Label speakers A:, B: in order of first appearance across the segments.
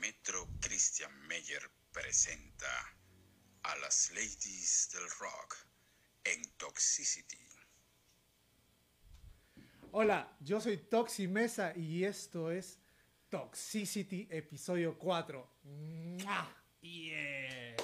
A: Metro Christian Meyer presenta a las ladies del rock en Toxicity.
B: Hola, yo soy Toxi Mesa y esto es Toxicity episodio 4. ¡Mua!
C: Yeah.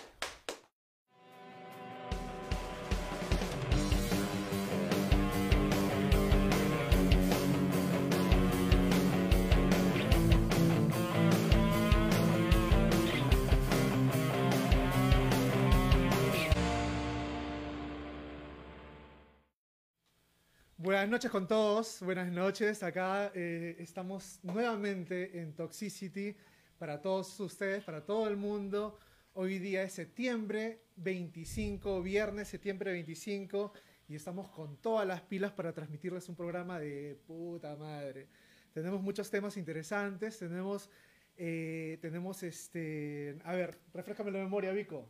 B: Buenas noches con todos, buenas noches. Acá eh, estamos nuevamente en Toxicity para todos ustedes, para todo el mundo. Hoy día es septiembre 25, viernes septiembre 25, y estamos con todas las pilas para transmitirles un programa de puta madre. Tenemos muchos temas interesantes, tenemos, eh, tenemos este, a ver, refrescame la memoria, Vico.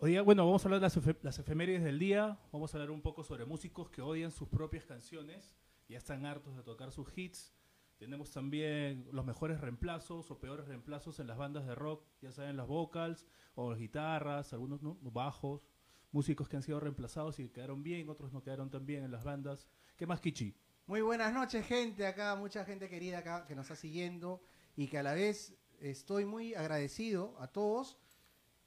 C: Hoy día, bueno, vamos a hablar de las, efe- las efemérides del día, vamos a hablar un poco sobre músicos que odian sus propias canciones, ya están hartos de tocar sus hits. Tenemos también los mejores reemplazos o peores reemplazos en las bandas de rock, ya saben, las vocals o las guitarras, algunos ¿no? bajos, músicos que han sido reemplazados y quedaron bien, otros no quedaron tan bien en las bandas. ¿Qué más, Kichi?
D: Muy buenas noches, gente acá, mucha gente querida acá que nos está siguiendo y que a la vez estoy muy agradecido a todos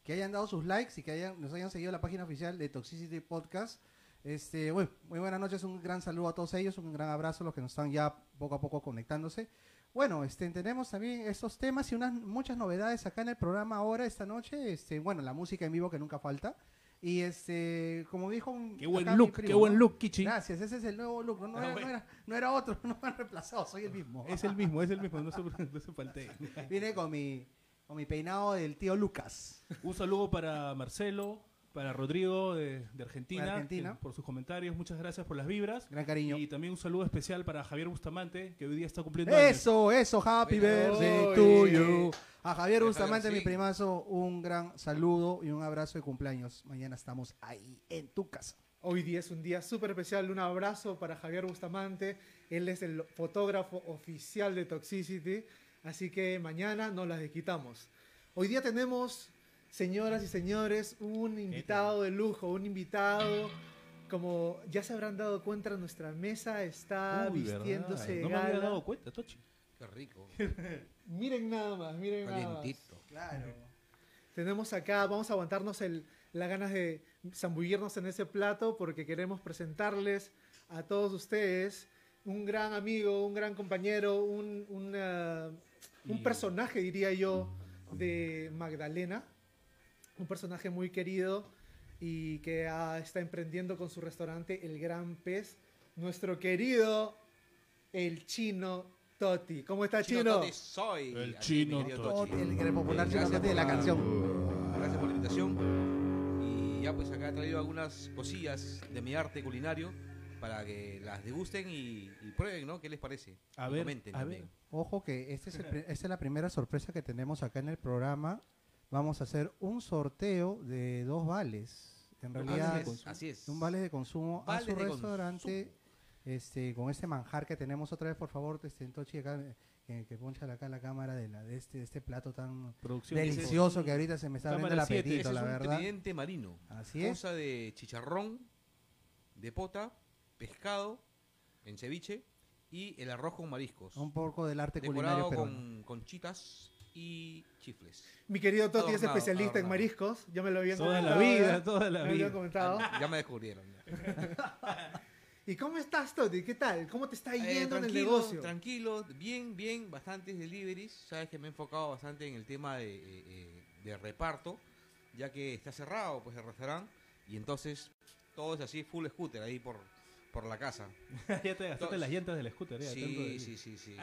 D: que hayan dado sus likes y que hayan, nos hayan seguido la página oficial de Toxicity Podcast. Este, bueno, muy buenas noches, un gran saludo a todos ellos, un gran abrazo a los que nos están ya poco a poco conectándose. Bueno, este, tenemos también estos temas y unas muchas novedades acá en el programa ahora esta noche. Este, bueno, la música en vivo que nunca falta. Y este, como dijo un
C: Qué buen
D: acá mi
C: look,
D: primo,
C: qué
D: ¿no?
C: buen look, Kichi.
D: Gracias, ese es el nuevo look. No, no
C: Ah,
D: era,
C: bueno.
D: no era- no era otro, no me han reemplazado, soy el mismo.
C: Es el mismo, es el mismo, no se, no se faltee.
D: Vine con mi, con mi peinado del tío Lucas.
C: Un saludo para Marcelo, para Rodrigo de, de Argentina,
D: De Argentina.
C: que- por sus comentarios. Muchas gracias por las vibras.
D: Gran cariño.
C: Y también un saludo especial para Javier Bustamante, que hoy día está cumpliendo años.
D: Eso, eso, happy birthday to you. A Javier
E: Déjalo
D: Bustamante, mi
E: así.
D: primazo, un gran saludo y un abrazo de cumpleaños. Mañana estamos ahí en tu casa.
B: Hoy día es un día súper especial. Un abrazo para Javier Bustamante. Él es el fotógrafo oficial de Toxicity. Así que mañana nos las desquitamos. Hoy día tenemos, señoras y señores, un invitado de lujo, un invitado. Como ya se habrán dado cuenta, nuestra mesa está
C: Uy, ¿verdad?
B: vistiéndose de
C: No me había
B: gala.
C: dado cuenta, Tochi.
E: Qué rico.
B: Miren nada más, miren nada más.
E: Calientito.
D: Claro.
B: Tenemos acá, vamos a aguantarnos el, las ganas de zambullirnos en ese plato porque queremos presentarles a todos ustedes un gran amigo, un gran compañero, un, una- un personaje, diría yo, de Magdalena. Un personaje muy querido y que ah, está emprendiendo con su restaurante El Gran Pez. Nuestro querido, el chino Toti. ¿Cómo está, chino?
E: Totti soy.
C: El
E: Así, mi
C: chino
E: querido
C: Totti.
E: Totti.
D: El gran popular
E: Gracias
D: chino de
E: por
D: la
E: la-
D: canción.
E: Gracias por la invitación. Y ya pues acá he traído algunas cosillas de mi arte culinario para que las degusten y, y prueben, ¿no? ¿Qué les parece?
C: A
E: Y
C: ver,
E: comenten
C: a
E: también.
C: ver.
D: Ojo que este es el pri- esta es la primera sorpresa que tenemos acá en el programa. Vamos a hacer un sorteo de dos vales. En
E: Así
D: realidad,
E: es, Así es.
D: un vale de consumo
E: Vales
D: a su
E: de
D: restaurante este con este manjar que tenemos otra vez por favor este Tochi acá eh, que, poncha acá la cámara de la de este de este plato tan
C: Producción.
D: delicioso que ahorita se me está abriendo el
C: Cámara siete,
D: apetito
E: Ese
D: la
E: es un
D: verdad
E: tridente marino.
D: Así es.
E: Cosa de chicharrón, de pota, pescado, en ceviche y el arroz con mariscos.
D: un poco del arte culinario
E: decorado
D: peruano
E: con conchitas y chifles.
B: Mi querido Toti es
E: Adornado,
B: especialista en
E: adornado.
B: mariscos. Ya me lo ¿eh? habían
C: Toda la
B: comentado.
C: vida,
B: ¿verdad?
C: toda
B: Me
C: la
B: lo habían
C: vida.
B: comentado.
E: Ah, Ya me descubrieron.
B: ¿Y cómo estás, Toti? ¿Qué tal? ¿Cómo te está
E: Eh,
B: yendo en el
E: tranquilo,
B: negocio?
E: tranquilo, bien, bien, bastantes deliveries. Sabes que me he enfocado bastante en el tema de, eh, eh, de reparto, ya que está cerrado pues el restaurante y entonces todo es así full scooter ahí por, por la casa.
C: ya te gastaste las llantas del scooter. ya, tanto de-
E: Sí, sí, sí, sí.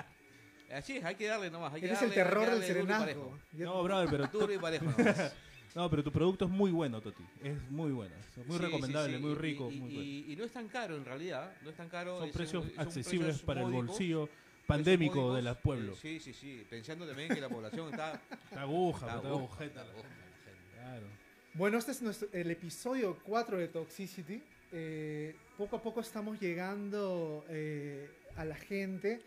E: Así es, hay que darle nomás. Hay que
B: Eres el
E: darle, hay que
B: terror del
E: darle duro
B: serenazgo.
E: y
B: Ya-
C: No, brother, pero
E: parejo.
C: tú-
E: Duro y parejo nomás.
C: no, pero tu producto es muy bueno, Toti. Es muy bueno. es muy
E: Sí,
C: recomendable,
E: sí, sí.
C: muy
E: Y-
C: rico.
E: Y,
C: muy
E: y-
C: bueno.
E: y no es tan caro en realidad, no es tan caro.
C: Son
E: es un-
C: precios
E: son
C: accesibles
E: precios
C: para el
E: módicos,
C: bolsillo
E: precios
C: pandémico
E: módicos.
C: de las
E: Eh,
C: pueblos.
E: Sí, sí, sí, pensando también que la población está...
C: Está aguja,
E: está
C: está
E: aguja,
C: agujeta.
E: está aguja la gente.
C: Claro.
B: Bueno, este es nuestro- el episodio 4 de Toxicity. Eh, poco a poco estamos llegando eh, a la gente.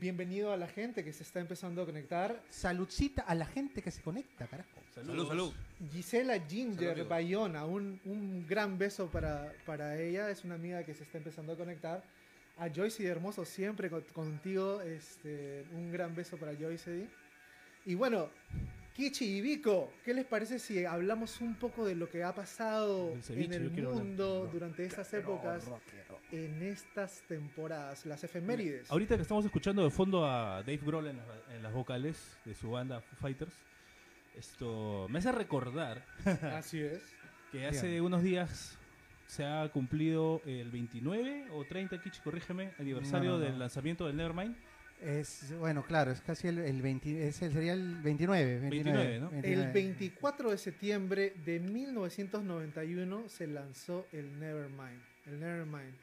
B: bienvenido a la gente que se está empezando a conectar.
D: Saludcita a la gente que se conecta, carajo.
E: Salud, salud.
B: Gisela
E: Salud,
B: Ginger
E: amigo.
B: Bayona, un, un gran beso para, para ella, es una amiga que se está empezando a conectar. A Joyce y Hermoso, siempre con- contigo, este, un gran beso para Joyce. Di. Y bueno, Kichi y Vico, ¿qué les parece si hablamos un poco de lo que ha pasado
C: Del ceviche,
B: en
C: yo
B: el
C: quiero hablar.
B: mundo durante estas épocas, en estas temporadas, las efemérides?
C: Ahorita que estamos escuchando de fondo a Dave Grohl en, las- en las vocales de su banda Foo Fighters, esto me hace recordar
B: Así es.
C: que hace
D: Dígame.
C: unos días se ha cumplido el 29 o 30, Kichi, corrígeme, aniversario
D: No, no, no.
C: del lanzamiento del Nevermind.
D: Es, bueno, claro, es casi el, el 20, es el, sería el 29.
C: 29, ¿no?
B: El 24 de septiembre de 1991 se lanzó el Nevermind. El Nevermind.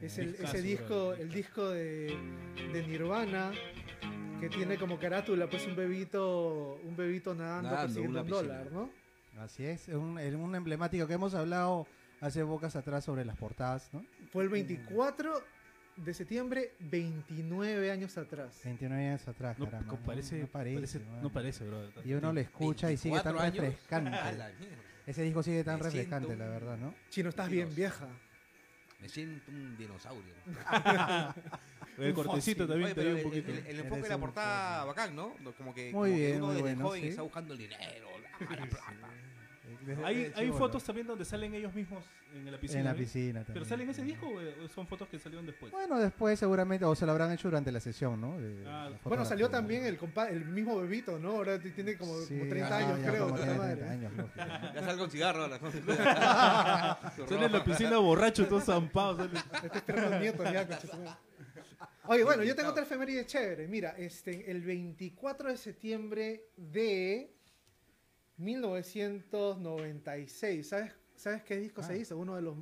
B: Es el,
C: Discazo,
B: ese disco,
C: brother,
B: el disco
C: discazo.
B: de, de Nirvana que tiene como carátula pues un bebito, un bebito nadando
E: Nadando,
B: persiguiendo
E: una
B: un
E: piscina.
B: dólar, ¿no?
D: Así es, es un, es un emblemático que hemos hablado hace bocas atrás sobre las portadas, ¿no?
B: Fue el 24 de septiembre, 29 años atrás.
D: 29 años atrás,
C: No,
D: caramba.
C: co- parece,
D: no parece,
C: parece-
D: mano.
C: no parece, brother.
D: Y uno lo escucha y sigue tan
E: 24 años. A
D: refrescante.
E: la mierda.
D: Ese disco sigue tan
E: Me
D: refrescante,
E: siento
D: la
E: un-
D: verdad, ¿no?
B: Chino, estás bien
E: Dios.
B: vieja.
E: Me siento un dinosaurio.
C: El cortecito
D: fósil.
C: también te
E: Oye, pero
C: dio
E: el,
C: un poquito.
E: el- el enfoque
D: Eres
E: de la
D: un
E: portada bacán, ¿no? No, Como que,
D: Muy
E: como que
D: bien,
E: uno
D: muy
E: desde
D: bueno,
E: joven
D: sí.
E: está buscando el dinero, la, la plata.
D: Desde-
C: Hay,
D: desde
C: hay
D: chibolo.
C: fotos también donde salen ellos mismos en la piscina.
D: en la
C: ¿ves?
D: piscina también.
C: ¿Pero salen en ese disco o o son fotos que salieron después?
D: Bueno, después seguramente, o se lo habrán hecho durante la sesión, ¿no? De-
C: Ah,
D: la
C: bueno,
B: Bueno, salió
D: fotografía.
B: también el, compa- el mismo bebito, ¿no? Ahora t- tiene como, como
D: Sí,
B: 30
D: ah,
B: años,
D: ya,
B: creo.
D: como
B: puta
D: tiene
B: madre. Ah,
D: 30 años, lógico.
E: Ya salgo con cigarro ahora.
C: Salen en la piscina borracho, todos zampados. salen.
B: Estos perros nietos ya, coche, su madre. Oye, bueno, yo tengo otra efeméride chévere. Mira, este, el 24 de septiembre de 1996, ¿sabes, ¿sabes qué disco
D: Ah.
B: se hizo? Uno de los,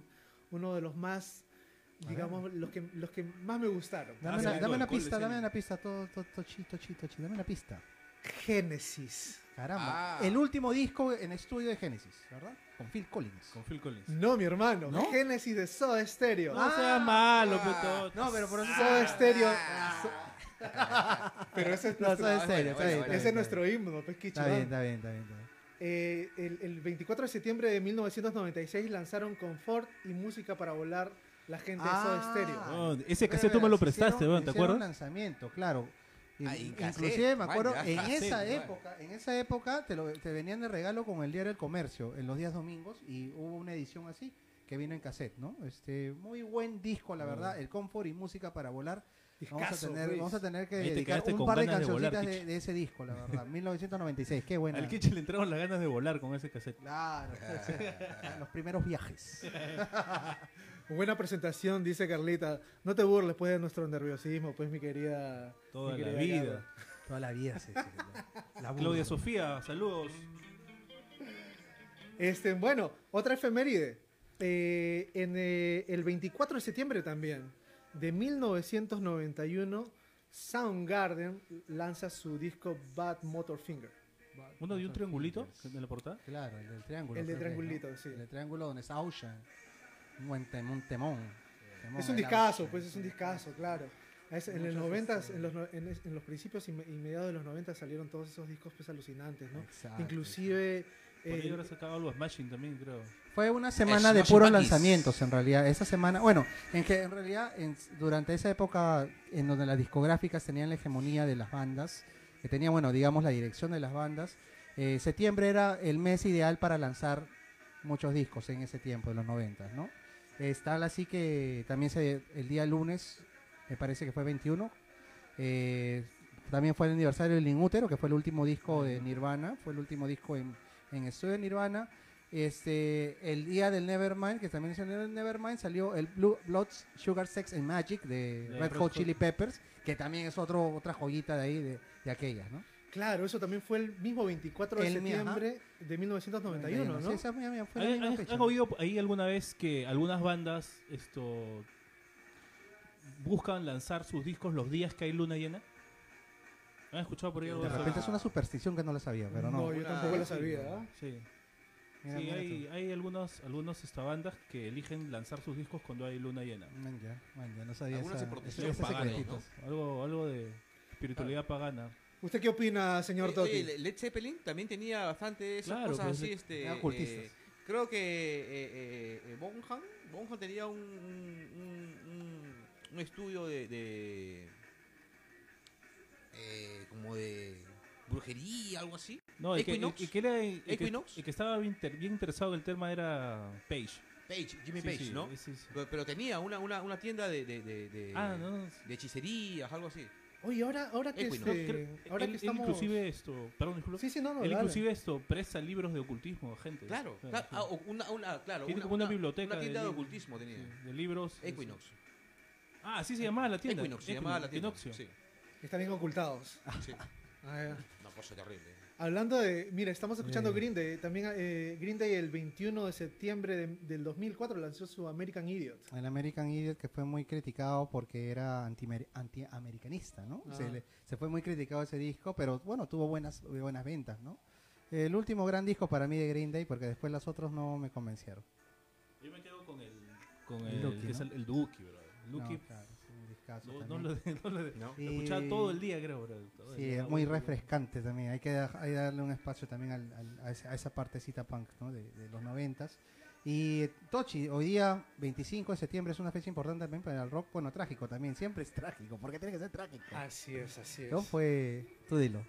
B: uno de los más, digamos, los que, los que más me gustaron.
D: Dame,
C: Ah,
D: una,
C: sí,
D: dame una
C: alcohol,
D: pista,
C: sí.
D: dame una pista, todo, todo, tochi, tochi, tochi, dame una pista.
B: Génesis.
D: Caramba.
E: Ah.
D: El último disco en estudio de Genesis, ¿verdad? Con Phil Collins.
C: Con Phil Collins.
B: No, mi hermano.
D: ¿No?
B: Génesis de Soda Stereo.
C: No seas malo,
E: ah,
C: puto.
D: Ah. No, pero por eso este
B: Soda Stereo. So- Pero ese es
D: Ah. No,
B: nuestro,
D: Soda Stereo,
E: bueno,
D: está
E: bueno,
D: bien,
E: bueno,
D: está
B: ese es
D: bien,
B: nuestro himno, pues,
D: Está
B: Kichi,
D: bien,
B: ¿no?
D: está bien, está bien. está bien.
B: Eh, el, el 24 de septiembre de 1996 lanzaron Confort y Música para Volar la gente
D: Ah.
B: de Soda Stereo.
C: No, ese cassette tú me lo prestaste,
D: Eh, Hicieron-
C: weón, ¿te
D: hicieron
C: acuerdas?
D: un lanzamiento, claro. In-
E: Ah, y
D: Inclusive
E: cassette,
D: me acuerdo,
E: vaya,
D: en
E: cassette,
D: esa
E: vaya.
D: época, en esa época te, lo- te venían de regalo con el diario El Comercio en los días domingos y hubo una edición así que vino en cassette, ¿no? Este, muy buen disco,
C: Ah.
D: la verdad, el confort y música para volar. Vamos a
B: Discazo,
D: tener,
B: pues.
D: vamos a tener que
C: Ahí te
D: dedicar
C: quedaste
D: un
C: con
D: par de
C: ganas de volar,
D: cancioncitas de,
C: Kichi.
D: de ese disco, la verdad. 1996, qué buena.
C: Al Kichi le entraron las ganas de volar con ese cassette.
D: Claro, los primeros viajes.
B: Buena presentación, dice Carlita. No te burles pues, de nuestro nerviosismo, pues mi querida.
C: Toda
B: mi
C: la
B: querida
C: vida.
B: Gabo.
D: Toda la vida se, se- la burla.
C: Claudia Sofía, saludos.
B: Este, bueno, otra efeméride. Eh, en eh, el 24 de septiembre también de 1991, Soundgarden lanza su disco Bad Motor Finger.
C: Uno de un triangulito en la portada.
D: Claro, el del triángulo.
B: El del
D: creo que es,
B: triangulito,
D: ¿no?
B: sí.
D: El del triángulo donde está Ocean. Un, buen tem- un temón. Temón,
B: Es un
D: el
B: discazo,
D: Ocean.
B: pues es un discazo, claro. Es- en,
D: eh, Muchas
B: los 90,
D: este-
B: en, los, no- en, es- en los principios y, me- y mediados de los 90 salieron todos esos discos pues, alucinantes, ¿no?
D: Exacto,
B: Inclusive...
C: Por ahí
B: eh,
C: ahora sacaba algo Smashing también, creo.
D: Fue una semana de
E: Smash
D: puros
E: Bunnies.
D: lanzamientos en realidad. Esa semana, bueno, en que en realidad en- durante esa época en donde las discográficas tenían la hegemonía de las bandas, que tenía, bueno, digamos la dirección de las bandas, eh, septiembre era el mes ideal para lanzar muchos discos en ese tiempo, de los 90, ¿no? Es tal así que también se, el día lunes, me parece que fue 21, eh, también fue el aniversario del Inútero, que fue el último disco de Nirvana, fue el último disco en, en estudio de Nirvana. Este, el día del Nevermind, que también es el Nevermind, salió el Blue Bloods, Sugar Sex and Magic
C: De
D: de Red
C: Red
D: Hot
C: Hot.
D: Chili Peppers, que también es otro, otra joyita de ahí, de, de aquellas, ¿no?
B: Claro, eso también fue el mismo 24 de
D: El mi- ajá.
B: septiembre de 1991,
D: Sí,
B: ¿no?
D: esa mía, mía, fue la
C: ¿Has,
D: misma
C: has-
D: fecha.
C: has oído ahí alguna vez que algunas bandas esto buscan lanzar sus discos los días que hay luna llena? ¿Han escuchado por ahí algo
D: De
C: sobre
D: repente
C: eso?
D: es una superstición que no la sabía, pero no.
B: yo
E: Una-
B: tampoco lo sabía. ¿ah?
C: Sí.
D: Mira,
C: sí,
D: mira
C: hay,
D: tú.
C: hay algunos, algunos esta, bandas que eligen lanzar sus discos cuando hay luna llena.
D: Man, ya, man, ya, no sabía
E: Algunos
D: esa,
E: se protegen
D: ese- ese
E: pagando,
D: secretito.
C: Algo, algo de espiritualidad
B: Ah.
C: pagana.
B: ¿Usted qué opina, señor
E: Oye, Eh, oye,
B: Totti?
E: Le- Led Zeppelin también tenía bastante de esas
C: Claro,
E: cosas
C: pues,
E: así,
C: le-
E: este.
D: eran ocultistas.
E: eh, creo que eh, eh, eh, Bonham, Bonham tenía un, un- un- un estudio de, de, eh, como de brujería, algo así.
C: No, y que,
E: Equinox.
C: y- y que era- y que-
E: Equinox.
C: y que estaba bien, inter- bien interesado en el tema era Page.
E: Page, Jimmy
C: Sí,
E: Page,
C: sí,
E: ¿no? Eh,
C: eh, sí, sí.
E: Pero, pero tenía una, una, una tienda de, de, de, de-
C: Ah, no, no,
E: de hechicerías, algo así.
B: Oye, ahora, ahora que,
E: Equinox.
B: este,
C: Creo-
B: ahora
C: él,
B: que
C: él
B: estamos...
C: inclusive esto, perdón, disculpa.
B: Sí, sí, no, no,
C: él
B: dale.
C: inclusive esto presta libros de ocultismo, a gente.
E: Claro,
C: Sí,
E: claro.
C: Pues, sí.
E: Ah, o una, una, claro,
C: Tiene como una biblioteca
E: Una tienda
C: de
E: de,
C: libros.
E: ocultismo tenía.
C: Sí, de libros.
E: Equinox.
C: Ah, así se llamaba la tienda.
E: Equinox, se llamaba la tienda.
C: Equinoxio.
E: Sí,
B: Que están bien ocultados.
E: sí.
B: Ah, ya.
E: Una cosa terrible.
B: Hablando de, mira, estamos escuchando
D: Bien.
B: Green Day. También eh, Green Day el 21 de septiembre de- del 2004 lanzó su American Idiot.
D: El American Idiot que fue muy criticado porque era antimer- antiamericanista, ¿no?
B: Ah.
D: Se, le- se fue muy criticado ese disco, pero bueno, tuvo buenas, buenas ventas, ¿no? El último gran disco para mí de Green Day, porque después los otros no me convencieron.
C: Yo me quedo con el. Con
D: El
C: el.
D: Duki,
C: que es
D: ¿no?
C: el, el Duki, bro. El Duki.
D: No, claro, es un discazo
C: No, no
D: también.
C: lo, de- no lo de-
E: ¿No?
C: lo escuchaba
D: Y-
C: todo el día, creo, bro. Todo el
D: Sí,
C: día,
D: es muy
C: bro.
D: refrescante también. Hay que da- hay darle un espacio también al- al- a, esa, a esa partecita punk ¿no? de, de los noventas. Y Tochi, hoy día 25 de septiembre es una fecha importante también para el rock. Bueno, trágico también. Siempre es trágico. porque tiene que ser trágico?
B: Así es, así
D: ¿No fue? Tú dilo.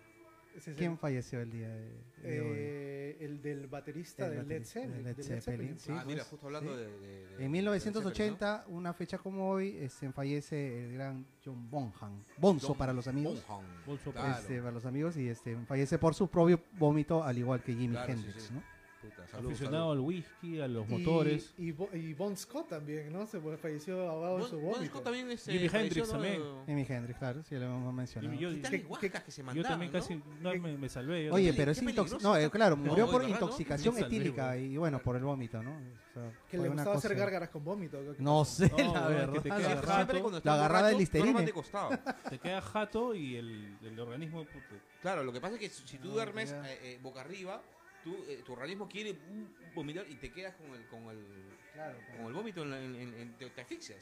B: Ese es el-
D: ¿Quién falleció el día de, de hoy?
B: eh, el del baterista
D: El
B: de Led
D: baterista de
B: Zeppelin. de
D: Led
B: Led
D: Zeppelin,
B: Zeppelin.
D: sí.
E: ah, mira,
D: pues,
E: justo hablando
D: sí.
E: de, de- de-
D: En
E: de
D: 1980, una fecha como hoy, eh, se fallece el gran John Bonham. Bonzo
E: John
D: para los amigos.
E: Bonham.
C: Bolso
E: Claro,
D: Este, para los amigos y este fallece por su propio vómito al igual que Jimi
E: Claro, sí,
D: Hendrix,
E: sí.
D: ¿no?
E: puta, salud,
C: Aficionado
E: salud.
C: al whisky, a los
B: Y-
C: motores.
B: Y, Bo- y Bon Scott también, ¿no? Se fue- falleció ahogado en
E: Bon-
B: su
E: Bon
B: vómito.
E: Scott también es, eh,
C: Jimi
E: falleció,
C: Hendrix
E: ¿no?
C: también.
D: Jimi Hendrix, claro, sí lo hemos mencionado.
C: Y yo,
E: ¿Qué tal
B: que-
E: las guascas que se
C: yo
E: mandaban,
C: también casi
E: ¿no?
C: no, me, me salvé. yo
D: Oye,
C: también.
D: pero
E: qué
D: es intoxicación.
E: peligroso
D: No, eh,
E: está-
D: claro,
E: No,
D: murió
E: de
D: por
E: verdad, ¿no?
D: intoxicación
C: Salvé,
D: etílica
C: güey.
D: y bueno, por el vómito, ¿no? O sea,
B: Que le
D: fue una
B: gustaba hacer
D: cosa-
B: gárgaras con vómito. creo que-
D: No sé,
C: No,
D: la
C: güey, que
D: verdad.
C: te
D: la
C: queda
D: verdad. Ah,
C: raro.
E: Siempre cuando
D: La
E: estás
D: agarrada
E: borracho,
D: de Listerine.
E: duermas de costado.
C: Te queda jato y el, el organismo. puto,
E: Claro, lo que pasa es que si tú
D: No,
E: duermes
D: ya.
E: eh, eh, boca arriba, tú, eh, tu organismo quiere mm, vomitar y te quedas con el, con el,
D: Claro,
E: con el vómito, en la- en- en- en- te, te asfixias.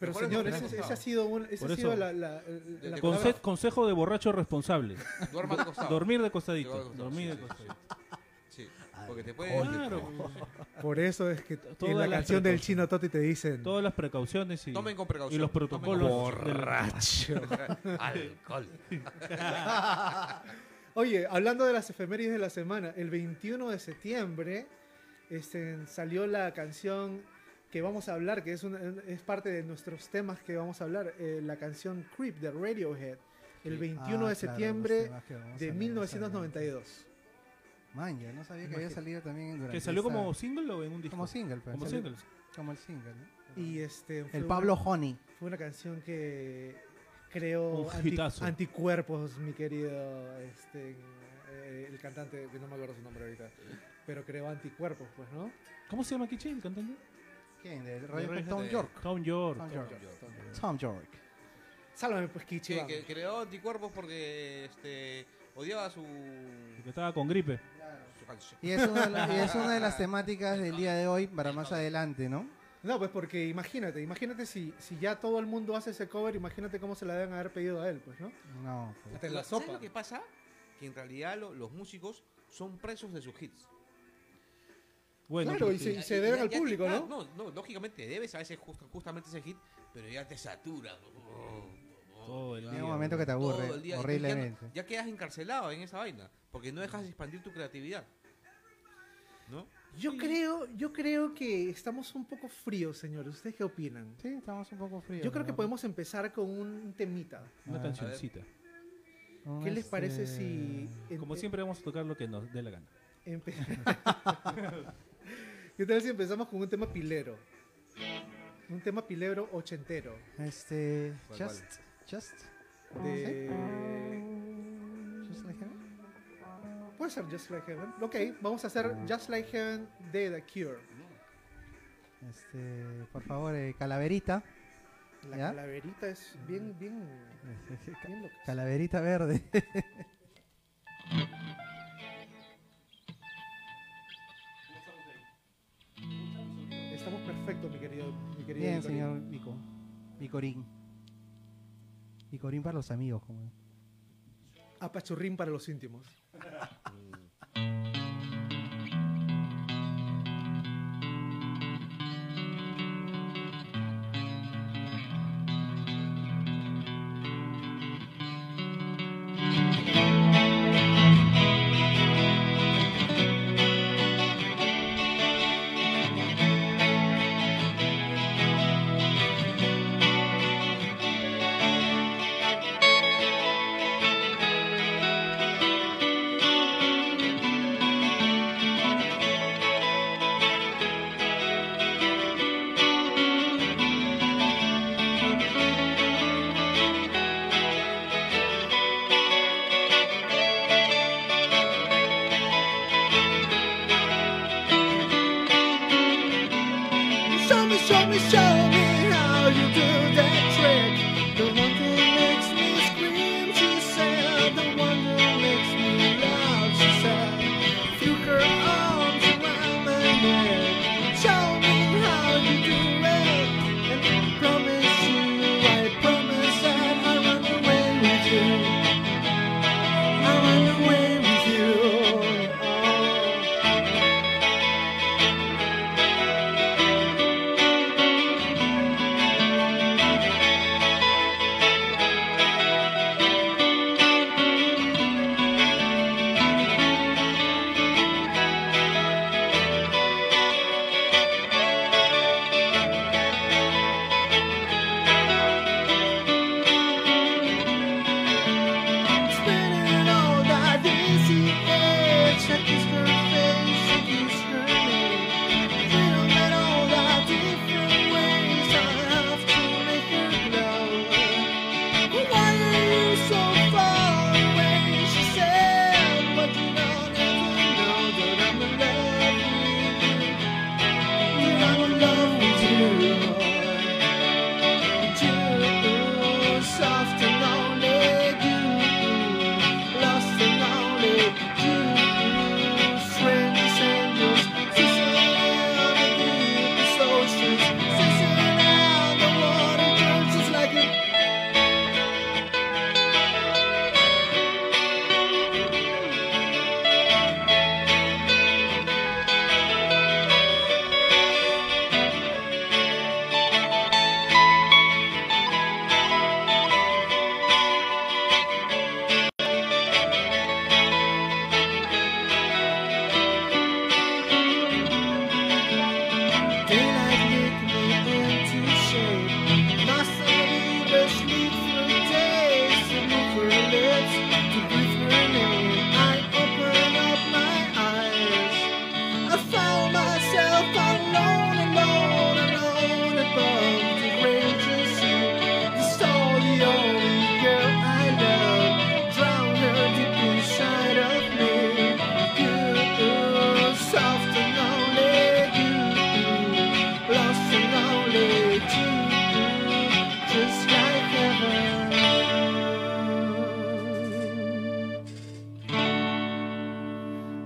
B: Pero
E: Mejor
B: señor,
E: es
B: ese,
E: que
B: ese
E: no.
B: ha sido, un- ese
C: Por
B: ha sido
C: eso.
B: la, la-
E: de-
B: la
E: de-
B: palabra.
C: Conse- consejo de borracho responsable.
E: Duermas de costado.
C: Dormir de
E: Te
C: costadito.
E: voy a costar,
C: Dormir
E: sí,
C: de
E: sí,
C: costadito.
E: Sí, porque te puede...
C: Claro.
B: Por eso es que
C: Todas
B: en la
C: las
B: canción del
C: precauciones.
B: chino Toti te dicen...
C: Todas las precauciones y,
E: Tomen con precaución.
C: y los
E: tomen con
C: protocolos. de la-
E: Alcohol.
B: Oye, hablando de las efemérides de la semana, el 21 de septiembre este, salió la canción que vamos a hablar, que es, un- es parte de nuestros temas que vamos a hablar, eh, la canción Creep de Radiohead, el
E: Sí.
D: Ah,
B: 21 de septiembre de 1992.
D: Man, ya no sabía que había
B: Imagínate.
D: salido también durante
C: que salió
D: esa-
C: como single o en un disco.
D: como single, pues,
C: Como
D: salió-
C: single.
D: como el single, ¿no?
B: Y este, fue
D: El
B: una-
D: Pablo Honey.
B: fue una canción que
C: Un
B: creó anti-
C: hitazo.
B: anticuerpos, mi querido, este, eh, el cantante, que no me acuerdo su nombre ahorita, pero creó anticuerpos, pues, ¿no?
C: ¿Cómo se llama Kichi el cantante?
D: ¿Quién? De
C: Radiohead
D: Radio Tom
E: de-
D: York.
C: Tom York.
D: Tom York.
E: Tom
D: Tom York.
B: Sálvame, pues, Kichi.
E: Que,
B: vamos.
E: que creó anticuerpos porque este, odiaba su,
C: Que estaba con gripe.
E: su canción.
D: Y es, una de la- y es una de las temáticas del día de hoy para más adelante, ¿no?
B: No, pues porque imagínate, imagínate si, si ya todo el mundo hace ese cover, imagínate cómo se la deben haber pedido a él, pues, ¿no?
D: No, pues.
B: Hasta en la
E: ¿Sabes
B: sopa.
E: lo que pasa? Que en realidad lo- los músicos son presos de sus hits.
C: Bueno,
B: Claro,
C: porque-
B: y se- deben al público,
E: claro,
B: ¿no?
E: No, no, lógicamente debes a veces justo- justamente ese hit, pero ya te satura.
C: Todo el
E: Ya,
C: día,
D: Llega un momento que te
E: todo
D: aburre
E: el día, entonces ya no-
D: horriblemente.
E: Ya, quedas encarcelado en esa vaina, porque no dejas de expandir tu creatividad. ¿No?
B: Yo creo, yo creo que estamos un poco fríos, señores. ¿Ustedes qué opinan?
D: Sí, estamos un poco fríos.
B: Yo creo que
D: ¿no?
B: podemos empezar con un temita.
C: Una
D: Ah.
C: cancioncita.
D: Un
B: ¿Qué les parece
D: este-
B: si... em-, en-
C: Como siempre vamos a tocar lo que nos dé la gana.
B: Empe- ¿Qué tal si empezamos con un tema pilero? Un tema pilero ochentero.
D: Este.
E: ¿Cuál,
D: Just. Just.
B: De...
D: ¿Sí? Just like him.
B: Puede ser Just Like Heaven. Ok, vamos a hacer Just Like Heaven de The Cure.
D: Este. Por favor, eh, calaverita.
B: La
D: ¿Ya?
B: calaverita es bien, bien, bien loca.
D: Calaverita verde.
C: Vamos
D: Picorín. Picorín para los amigos. como-
B: Apachurrín para los íntimos. Show me, show me, show me how you do that trick. The one that makes me scream, she said. The one that makes me love, she said. Threw her arms around my neck. Show me how you do it. And I promise you, I promise that I run away with you. I run away with you. Oh. Spinning all that dizzy edge, I kiss her face, I kiss her name. Feel that all that different ways I have to make her know. Why are you so far away? She said, but you don't ever know that I'm in love with you. That I'm in love with you. Soft and lonely, you lost and lonely, you friends and yours, sister and the soldiers, sister and the water turns just like a Soft and lonely, you lost and lonely too, just like heaven.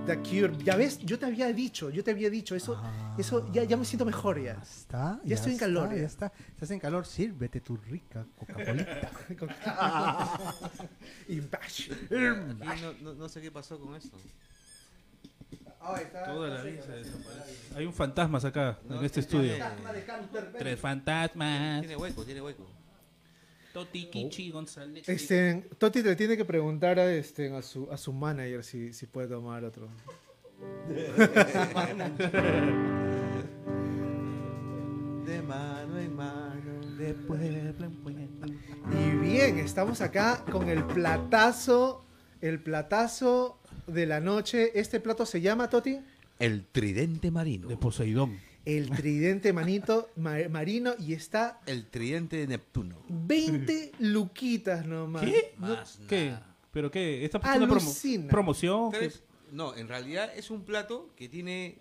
B: The Cure, ya ves, yo te había dicho, yo te había dicho, eso, eso ya, ya me siento mejor ya.
D: Está,
B: Ya estoy en
D: está,
B: calor, ya.
D: Ya está. Estás en calor, sírvete tu rica Coca-Cola.
B: Y bash. Ah.
E: Aquí no, no- no sé qué pasó con esto.
C: Toda la vida se desaparece. Hay un fantasma acá,
E: No,
C: en este
E: tiene-
C: estudio. Tres fantasmas. Oh.
E: Tiene hueco, tiene hueco.
C: Toti Kichi González.
B: Este, Toti le tiene que preguntar a, este, a, su, a su manager si, si puede tomar otro.
E: De mano en mano, de pueblo en pueblo.
B: Y bien, estamos acá con el platazo, el platazo de la noche. Este plato se llama, Toti,
E: El tridente marino.
C: De Poseidón.
B: el tridente manito ma- marino y está
E: El tridente de Neptuno.
B: 20 luquitas nomás.
C: ¿Qué?
E: No, más
C: ¿Qué?
E: nada.
C: ¿Pero qué? ¿Esta es una promo-
B: Alucina.
C: promoción? ¿Qué?
E: Tres- no, en realidad es un plato que tiene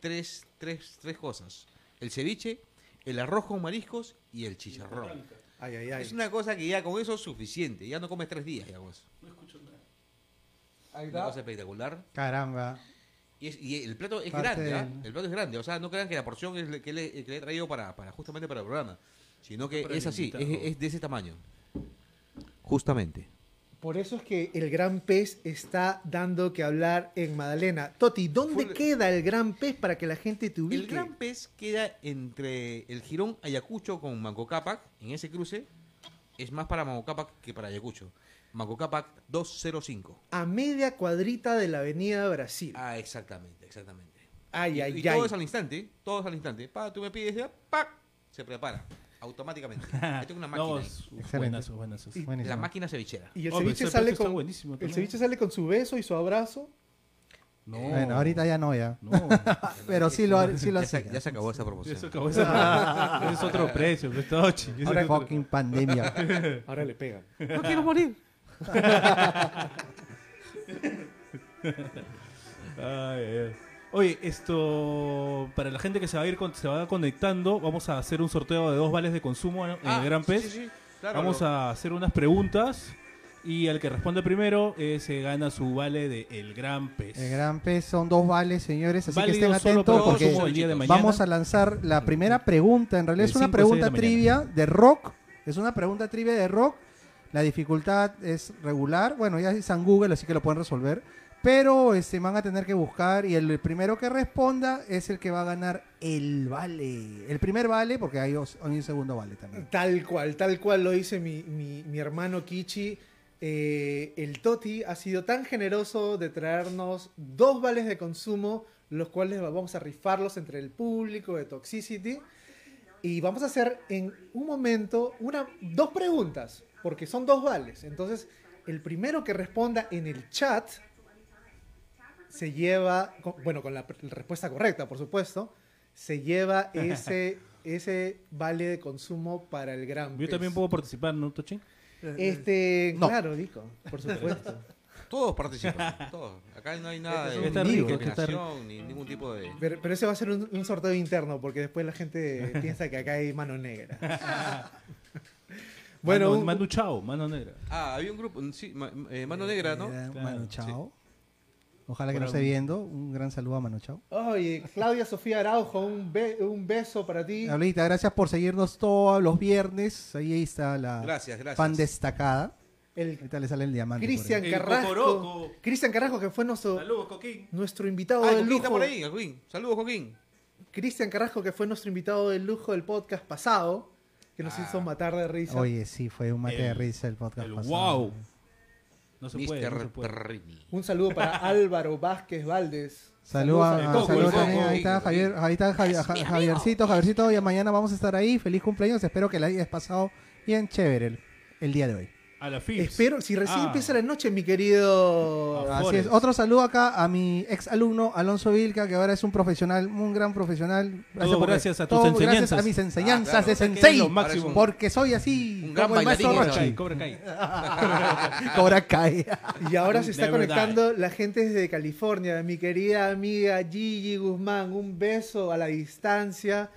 E: tres, tres, tres cosas. El ceviche, el arroz con mariscos y el chicharrón.
B: Ay, ay, ay.
E: Es una cosa que ya con eso es suficiente. Ya no comes tres días, ya vos. Una cosa espectacular.
D: Caramba.
E: Y, es- y el plato es
D: Parte
E: grande, ¿ah?
D: del-
E: El plato es grande. O sea, no crean que la porción es la que le, que le he traído para, para- justamente para el programa. sino que
C: Para
E: es así, es,
C: limitarlo.
E: es de ese tamaño. Justamente.
B: Por eso es que el gran pez está dando que hablar en Magdalena. Toti, ¿dónde
E: Full-
B: queda el gran pez para que la gente te ubique?
E: El gran pez queda entre el jirón Ayacucho con Manco Cápac, en ese cruce, es más para Manco Cápac que para Ayacucho. Manco Cápac 205.
B: A media cuadrita de la Avenida Brasil.
E: Ah, exactamente, exactamente.
B: Ay,
E: y,
B: ay,
E: y
B: ay.
E: todo es al instante, todo es al instante. Pa, tú me pides, ya, pa, se prepara automáticamente. Yo tengo una máquina.
C: No,
E: ahí.
C: es-
D: Excelente.
C: buenazo, buenazo.
E: la máquina cevichera.
B: Y el
C: Oh, pero
B: ceviche
C: ese
B: sale
C: plato está
B: con
C: buenísimo
B: el
C: también.
B: ceviche sale con su beso y su abrazo.
C: No.
D: Bueno, ahorita ya no, ya.
C: No.
D: Pero sí lo, sí lo
E: ya, se,
D: hacía.
E: ya se acabó esa promoción.
C: Eso acabó esa- es otro precio, pues, Tochi. Ese
D: Ahora
C: es otro-
D: fucking pandemia.
B: Ahora le pegan.
E: No quiero morir.
C: Ay, ay, ay. Ah, Oye, esto para la gente que se va a ir con- se va conectando, vamos a hacer un sorteo de dos vales de consumo en
E: Ah,
C: el Gran
E: sí,
C: Pez.
E: sí, sí, claro,
C: vamos
E: lo-
C: a hacer unas preguntas y al que responde primero eh, se gana su vale de El Gran Pez.
D: El gran pez son dos vales, señores, así
C: Válido
D: que estén
C: solo
D: atentos
C: para
D: porque
C: consumo el día de mañana.
D: vamos a lanzar la primera pregunta. En realidad
C: De
D: es una
C: cinco a seis de
D: pregunta
C: la
D: trivia de rock. Es una pregunta trivia de rock. La dificultad es regular. Bueno, ya es en Google, así que lo pueden resolver. Pero este, van a tener que buscar y el primero que responda es el que va a ganar el vale. El primer vale, porque hay, os- hay un segundo vale también.
B: Tal cual, tal cual lo dice mi, mi- mi hermano Kichi. Eh, el Toti ha sido tan generoso de traernos dos vales de consumo, los cuales vamos a rifarlos entre el público de Toxicity. Y vamos a hacer en un momento una, dos preguntas, porque son dos vales. Entonces, el primero que responda en el chat se lleva, con- bueno, con la pr- respuesta correcta, por supuesto, se lleva ese, ese vale de consumo para el gran
C: Yo
B: pez.
C: también puedo participar, ¿no, Tochi?
B: Este,
D: No.
B: claro, Dico, por supuesto.
E: Todos participan, todos. Acá no hay nada
B: Este
E: de
B: es un
C: Está
E: ni
C: rico, está rico.
E: discriminación, ni ningún tipo de...
B: Pero, pero ese va a ser un, un sorteo interno, porque después la gente piensa que acá hay mano negra. Bueno,
C: mano,
B: un-
C: Manu Chao, mano negra.
E: Ah, había un grupo, sí, ma- eh, Mano Negra, ¿no?
D: Era
C: Claro,
D: Manu Chao. Ojalá que
C: Por
D: no esté
C: algún-
D: viendo. Un gran saludo a Manu Chao.
B: Oye, Claudia Sofía Araujo, un, be- un beso para ti.
D: Pablita, gracias por seguirnos todos los viernes. Ahí está la
E: Gracias, gracias.
D: pan destacada.
B: El
D: Ahorita le sale el diamante. por ahí.
B: Cristian
C: El
B: Carrasco.
C: Cocoroco.
B: Cristian Carrasco, que fue nuestro,
C: Saludos, Coquín.
B: nuestro invitado
E: Ah,
B: de
E: Joaquín
B: lujo.
E: está por ahí, Joaquín. Saludos, Joaquín.
B: Cristian Carrasco, que fue nuestro invitado de lujo del podcast pasado, que nos
E: Ah.
B: hizo matar de risa.
D: Oye, sí, fue un mate de
C: El-
D: risa el podcast.
C: El
D: pasado.
C: wow. No se puede. no se
E: Mr.
C: puede.
E: Perrini.
B: Un saludo para Álvaro Vázquez Valdés. Saludos
D: Saludos a,
C: al Coco,
D: saludos
C: el
D: también.
E: Coco.
D: Ahí está Javier, ahí está Javi- Ja- Javiercito, Javiercito. Y mañana vamos a estar ahí. Feliz cumpleaños. Espero que la hayas pasado bien chévere el, el día de hoy.
C: A la FIPS.
B: Espero, si recién
C: Ah.
B: empieza la noche, mi querido
C: Ah,
D: Así
C: Flores.
D: es. Otro saludo acá a mi ex alumno Alonso Vilca, que ahora es un profesional, un gran profesional.
C: Todo gracias a tus
D: todo Gracias
C: enseñanzas.
D: a mis enseñanzas
E: Ah, claro.
D: de
E: Es que
C: es lo
D: sensei.
C: máximo.
E: Ahora es
D: Porque soy así.
E: Un gran
D: como el maestro
E: bailarín,
C: Cobra
D: Rochi. eh.
C: Kai, Cobra Kai.
D: Cobra Kai.
B: Y ahora se está
C: Never
B: conectando la gente desde California, mi querida amiga Gigi Guzmán, un beso a la distancia.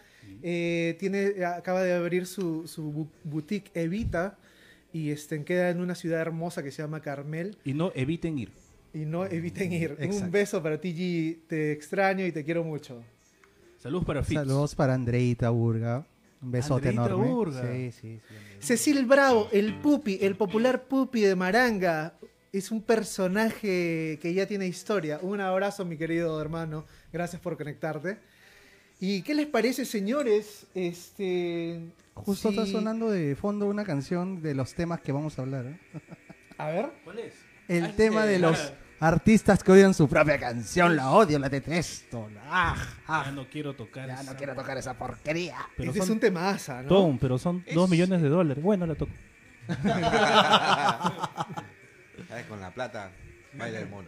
B: Eh, tiene, acaba de abrir su, su bu- boutique Evita y este, queda en una ciudad hermosa que se llama Carmel.
C: Y no eviten ir.
B: Y no eviten ir.
D: Exacto.
B: Un beso para ti, Gigi. Te extraño y te quiero mucho.
C: Saludos para FIPS.
D: Saludos para Andreita Burga. Un besote
C: Andreita
D: enorme.
C: Burga.
D: Sí, sí, sí, Andreita.
B: Cecil Bravo, el pupi, el popular pupi de Maranga. Es un personaje que ya tiene historia. Un abrazo, mi querido hermano. Gracias por conectarte. ¿Y qué les parece, señores? Este.
D: Justo
B: si-
D: está sonando de fondo una canción de los temas que vamos a hablar. ¿eh?
B: A ver.
C: ¿Cuál es?
D: El
E: Ay,
D: tema
E: eh,
D: de los
C: ah.
D: artistas que odian su propia canción. La odio, la detesto. la- ah,
C: Ya
D: ah,
C: no quiero tocar.
D: ya
C: esa-
D: no quiero tocar esa porquería.
C: Pero
B: este
C: son,
B: es un temaza, ¿no?
C: Tom, pero son
E: Es-
C: 2 millones de dólares. Bueno, la toco.
E: ¿Sabes? Con la plata, baila el mono.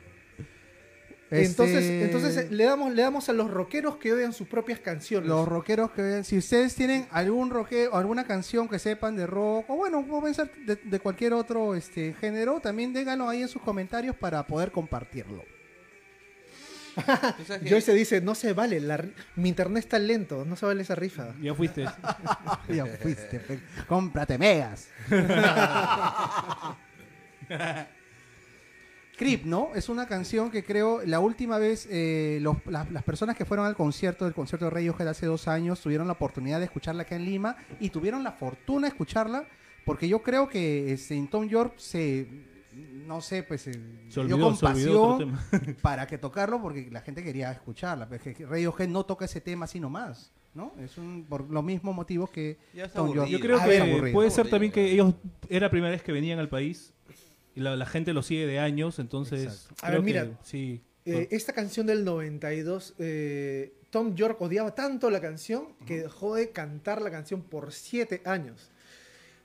B: Entonces,
D: Este,
B: entonces eh, le, damos, le damos a los rockeros que odian sus propias canciones.
D: Los rockeros que si ustedes tienen algún rockero, alguna canción que sepan de rock, o bueno, pueden ser de, de cualquier otro este género, también déganlo ahí en sus comentarios para poder compartirlo.
E: ¿Tú sabes que-
B: Joyce dice, no se vale, la ri- mi internet está lento, no se vale esa rifa.
C: Ya fuiste.
D: Ya fuiste, pe- cómprate megas. Creep, ¿no? Es una canción que creo, la última vez, eh, los- las, las personas que fueron al concierto, del concierto de Radiohead hace dos años, tuvieron la oportunidad de escucharla acá en Lima y tuvieron la fortuna de escucharla, porque yo creo que este, en Tom York se, no sé, pues se,
C: Se
D: dio
C: olvidó, se olvidó otro
D: compasión
C: tema.
D: para que tocarlo, porque la gente quería escucharla. Pero es que Radiohead no toca ese tema así nomás, ¿no? Es un, por los mismos motivos que
E: Ya está
D: Tom York.
E: aburrido.
C: Yo creo
D: A
C: que
D: ver, Ah, aburrido.
C: puede
E: aburrido.
C: ser también que ellos era la primera vez que venían al país y la, la gente los sigue de años, entonces.
D: Exacto.
B: A ver,
C: creo que
B: mira.
C: Sí.
B: Eh, esta canción del 92, eh, Tom York odiaba tanto la canción que dejó de cantar la canción por siete años.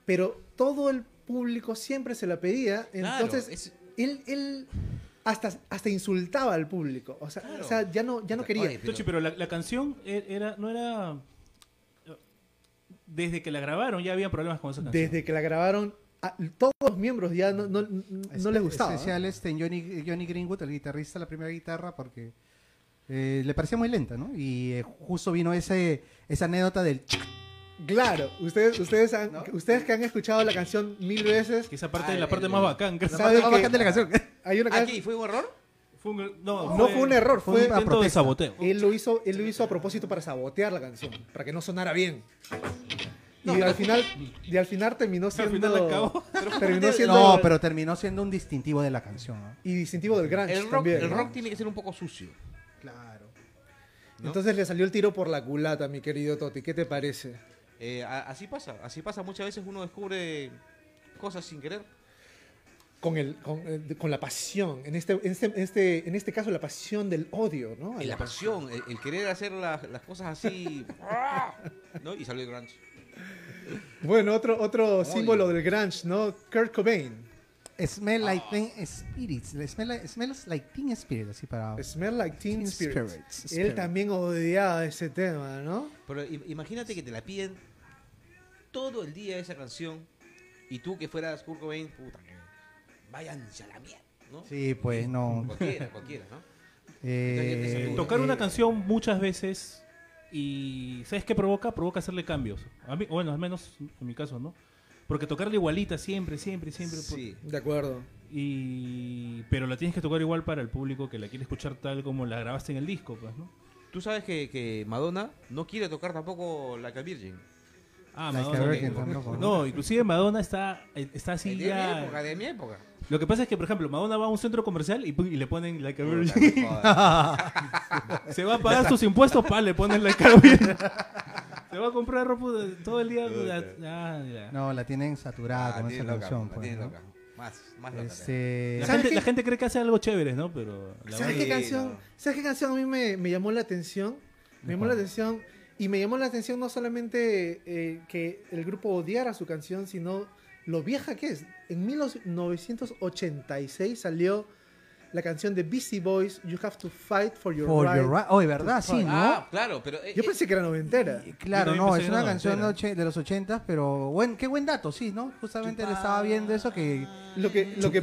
B: Pero todo el público siempre se la pedía,
E: Claro,
B: entonces
E: es-
B: él, él hasta, hasta insultaba al público. O sea,
E: Claro.
B: o sea, ya no, ya no quería.
E: Oye, pero-
C: Tochi, pero la, la canción e- era, no era. Desde que la grabaron ya había problemas con esa canción.
B: Desde que la grabaron, a- todos los miembros ya no, no, no- no les gustaba. ¿eh?
D: Especial este, en Johnny, Johnny Greenwood, el guitarrista, la primera guitarra, porque eh, le parecía muy lenta, ¿no? Y eh, justo vino ese, esa anécdota del chic,
B: Claro, ustedes, ustedes, han-
D: ¿No?
B: ustedes que han escuchado la canción mil veces,
C: Que esa parte
E: Ah,
C: es la
E: el-
C: parte
E: el-
C: más bacán. creo.
D: la
B: ¿Sabe
D: parte más
B: qué?
D: bacán de la canción.
B: hay una canción-
E: Aquí, ¿fue un error?
C: Fue un- no,
B: No fue un error,
D: fue
B: fue
D: una
C: intento de
D: protesta.
C: saboteo.
B: Él lo hizo, él lo hizo a propósito para sabotear la canción, para que no sonara bien.
E: No,
B: y
E: pero-
B: al final, y al final terminó siendo,
C: final acabó.
B: terminó siendo
D: No, pero terminó siendo un distintivo de la canción, ¿no?
B: y distintivo del grunge
E: El rock,
B: Ah, también.
E: el
B: ¿no?
E: rock tiene que ser un poco sucio.
D: Claro.
E: ¿no?
B: Entonces le salió el tiro por la culata, mi querido Toti. ¿Qué te parece?
E: Eh, a- así pasa, así pasa. Muchas veces uno descubre cosas sin querer.
B: Con, el, con, eh, con la pasión, en este, en, este, en este- en este caso la pasión del odio, ¿no?
E: Y la pasión, el, el querer hacer la- las cosas así. ¿no? Y salió el grunge.
B: Bueno, otro, otro
E: Odio.
B: símbolo del grunge, ¿no? Kurt Cobain.
D: Smell
E: Ah.
D: like teen spirits. le- Smell like- smells like teen spirit, así para.
B: Smell Like Teen
D: Teen
B: Spirit.
D: Spirit,
B: Él
D: Spirit.
B: también odiaba ese tema, ¿no?
E: Pero im- imagínate que te la piden todo el día esa canción y tú que fueras Kurt Cobain, puta, que váyanse a la mierda, ¿no?
D: Sí, pues no.
E: Cualquiera, cualquiera, ¿no?
D: Eh,
C: Eh, tocar una canción muchas veces y ¿sabes qué provoca? Provoca hacerle cambios. A mí, bueno, al menos en mi caso, ¿no? Porque tocarla igualita siempre, siempre, siempre. por-
E: Sí.
B: De acuerdo.
C: Y pero la tienes que tocar igual para el público que la quiere escuchar tal como la grabaste en el disco, pues, ¿no?
E: Tú sabes que, que Madonna no quiere tocar tampoco la a Virgin.
C: Ah,
D: Like a Virgin tampoco.
C: No, inclusive Madonna está, está así
E: de mi
C: ya.
E: época, de mi época.
C: Lo que pasa es que, por ejemplo, Madonna va a un centro comercial y, pum, y le ponen Like a
E: Puta,
C: Virgin.
E: no
D: Ah,
E: jodas.
C: Se va a pagar sus impuestos, pa, le ponen Like a Virgin. Se va a comprar ropa de- todo el día. ah, ya.
D: No, la tienen saturada
E: Ah,
D: con
E: tiene
D: esa
E: loca,
D: canción.
E: la
D: pues,
E: tiene
D: ¿no?
E: loca. Más, más loca.
D: Este,
C: La
B: ¿Sabes
C: gente,
B: qué?
C: la gente cree que hace algo chévere, ¿no? Pero la
B: ¿Sabes
C: verdad-
B: qué, canción,
E: no.
B: ¿Sabes qué canción a mí me, me llamó la atención? Me llamó la
D: ¿Cuál?
B: atención. Y me llamó la atención no solamente eh, que el grupo odiara su canción, sino lo vieja que es. En 1986 salió la canción de Beastie Boys, You Have to Fight for Your
D: For
B: Right.
D: Your Right- Oye, ¿verdad?
B: to
D: Sí,
B: Fight.
D: ¿no?
E: Ah, claro, pero. eh,
B: Yo
E: eh,
B: pensé que era noventera.
D: Y Claro,
C: Yo también
D: no,
C: pensé
D: es
C: que era
D: una canción de,
C: noventera.
D: oche- de los ochentas, pero buen, qué buen dato, sí, ¿no? Justamente le estaba viendo eso que
B: Lo que, lo que,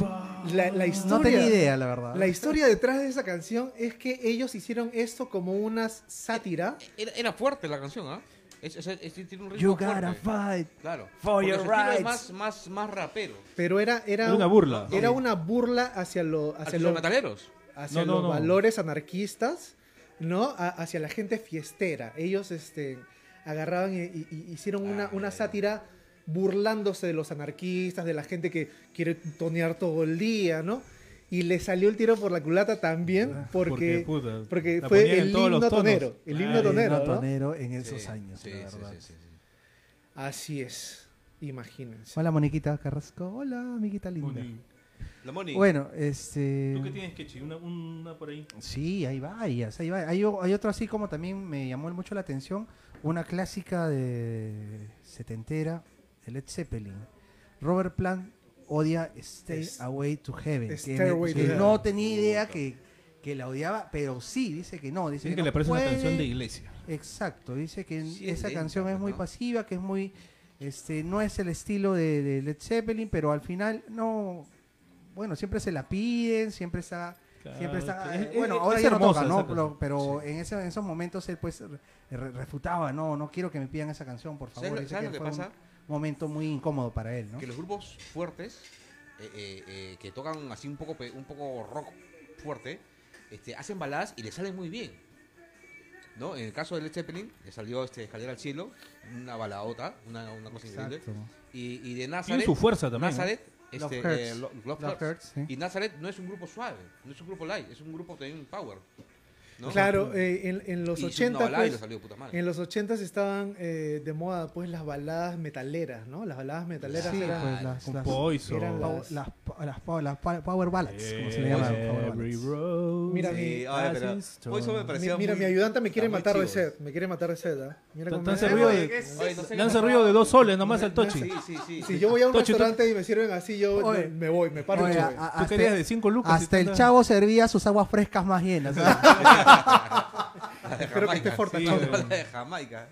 B: la, la historia.
D: no tenía idea, la verdad.
B: La historia detrás de esa canción es que ellos hicieron esto como una sátira.
E: era, era fuerte la canción, ¿ah? Es- es- es- tiene un ritmo
D: You gotta
E: fuerte.
D: fight.
E: Claro.
D: for
E: Porque
D: your
E: su estilo es
D: rights.
E: más, más, más rapero.
B: Pero era, era,
C: Era una burla.
B: Era una burla hacia, lo, hacia,
E: Hacia los
B: lo-
E: metaleros.
B: hacia
C: No, no,
B: los
C: no.
B: valores anarquistas, ¿no? A- hacia la gente fiestera. Ellos este, agarraban y, y- y hicieron una,
E: Ah,
B: una
E: ya, ya.
B: sátira burlándose de los anarquistas, de la gente que quiere tonear todo el día, ¿no? Y le salió el tiro por la culata también porque,
C: puta,
B: porque
C: la
B: fue
C: ponían en
B: el
C: todos los
B: himno
C: tonos.
B: tonero. El himno
C: Claro.
B: tonero,
D: Era
B: ¿no?
D: tonero en esos
E: Sí,
D: años,
E: sí,
D: la
E: sí,
D: verdad.
E: sí, sí, sí.
B: Así es. Imagínense.
D: Hola, Moniquita Carrasco. Hola, amiguita linda.
C: Moni,
E: La Moni.
D: Bueno,
B: Eh,
D: este.
C: ¿Tú qué tienes, Kechi? Una, una por ahí.
D: Sí, hay varias, hay, va- hay, o- hay otro así como también me llamó mucho la atención, una clásica de setentera, de Led Zeppelin. Robert Plant odia Stay
B: Es-
D: Away to Heaven, que, me-
B: Stairway to
D: que
B: Heaven.
D: no tenía idea que, que la odiaba, pero sí, dice que no, dice
C: Dicen que
D: no
C: le parece una
D: puede.
C: canción de iglesia.
D: Exacto, dice que
E: Sí, es
D: esa
E: lenta,
D: canción es muy
E: ¿no?
D: pasiva, que es muy, este, no es el estilo de, de Led Zeppelin, pero al final no, bueno, siempre se la piden, siempre está,
C: Claro,
D: siempre está,
C: es-
D: eh,
C: es-
D: bueno,
C: es
D: ahora ya no
C: hermosa
D: toca,
C: esa
D: ¿no?
C: canción.
D: Pero, pero en, ese- en esos momentos él pues re- re- refutaba, no, no quiero que me pidan esa canción, por
E: ¿Sabes
D: favor.
E: lo-
D: dice
E: sabes lo que
D: fue
E: pasa?
D: Un momento muy incómodo para él, ¿no?
E: Que los grupos fuertes eh, eh, eh, que tocan así un poco, pe- un poco rock fuerte, este, hacen baladas y le salen muy bien. ¿No? En el caso de Led Zeppelin, le salió este, Escalera al Cielo, una baladota, una, una cosa increíble. Y, y de
C: Tiene
E: Nazareth,
C: su fuerza también. ¿no?
E: Nazareth
D: Love
E: este,
D: Hurts.
E: eh, Lo- Love
D: Love
E: Hurts.
D: Hurts, sí.
E: Y Nazareth no es un grupo suave, no es un grupo light, es un grupo también power. ¿no?
B: Claro, eh, en, en los
E: Y hizo una
B: 80
E: balada y
B: pues,
E: le salió de puta madre.
B: en los 80 estaban eh, de moda pues las baladas metaleras, ¿no? Las baladas metaleras
D: Sí,
B: eran
D: pues las,
C: Con
D: las,
C: Poison.
B: eran
D: pow-
B: las-
D: las, pa- las, pa- las pa- Power Ballads, como se le
C: Eh,
D: llaman. Power
C: Every
D: ballads.
C: Rose
B: Mira,
C: is
B: mi-
E: Sí, ahora,
C: a
E: pero
C: Stone.
E: Poison me
B: Mi-
E: parecía
B: mira,
E: muy-
B: mi ayudante me quiere
E: está muy
B: matar de
E: chivo.
B: sed, me quiere matar de sed, ¿ah? Mira cómo
C: Tan- tan
B: es.
C: servido
B: Eh,
C: de-
B: oye, ¿qué
E: Oye, no sé qué
C: Lanza
E: pasaba.
C: río de dos soles nomás al Tochi.
E: Sí, sí, sí.
B: Si yo voy a un
C: Tochi, tú-
B: restaurante y me sirven así, yo
D: Oye.
B: me me voy, me paro y
D: Oye,
B: me
D: a-
B: voy.
D: a-
C: Tú querías de 5 lucas. y
D: hasta el
C: tantas-
D: chavo servía sus aguas frescas más llenas. ¿sabes?
E: La de
B: Espero que esté
E: Jamaica.
B: fortachón.
E: Sí, la de Jamaica.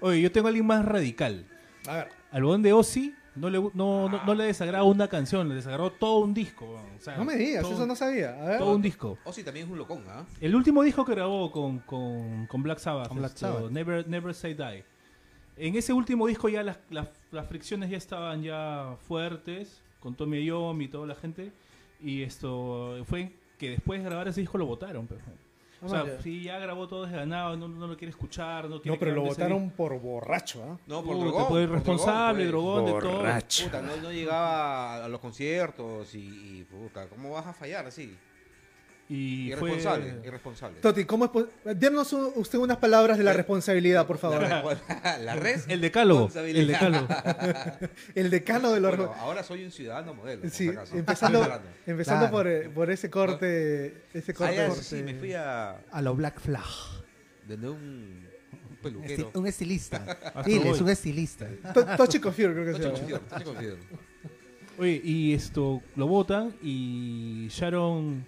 C: Oye, yo tengo a alguien más radical.
B: A ver,
C: Al bodón de Ozzy no le, gu- no, no, no le desagrada una canción, le desagradó todo un disco. weón. O sea,
B: no me digas,
C: todo-
B: eso no sabía. A ver.
C: Todo un disco.
E: O sí, también es un locón, ¿ah?
C: El último disco que grabó con, con, con Black Sabbath,
D: Con Black
C: esto,
D: Sabbath.
C: Never, Never Say Die. En ese último disco ya las, las, las fricciones ya estaban ya fuertes, con Tommy Iommi y toda la gente. Y esto fue que después de grabar ese disco lo votaron. O sea,
B: Ah, ya.
C: si ya grabó todo desganado, no, no lo quiere escuchar, no quiere
B: No, pero
C: que
B: lo
C: hable ese
B: votaron por borracho, ¿ah?
E: No, por
C: Puta,
E: drogón.
C: pues,
E: por
C: responsable,
E: drogón,
C: drogón, de todo.
E: pues. Puta, no, no llegaba a los conciertos y, y, puta, ¿cómo vas a fallar así?
C: Y fue...
E: Irresponsable, irresponsable.
B: Toti, ¿cómo es po- Denos u- usted unas palabras de la
E: Eh,
B: responsabilidad, por favor.
E: La, re- la red.
C: El decálogo, el
E: Responsabilidad.
C: decálogo.
B: El decano de los...
E: Bueno, este ahora soy un ciudadano modelo. por
B: Sí,
E: si acaso.
B: empezando,
E: Estoy hablando.
B: empezando
D: Claro.
B: por, eh, por ese corte, ese
E: Ah,
B: corte.
E: ya,
B: corte.
E: sí, me fui a.
D: A lo Black Flag.
E: Donde un,
D: Un
E: un
B: Este,
E: peluquero.
D: esti- Un estilista.
C: Astro
D: Dile, es
C: Boy.
D: un estilista.
B: To- Tochi Cofier, creo que
E: No
B: se
E: te
B: llama.
E: considero, no te considero.
C: Oye, y esto, lo votan y Sharon,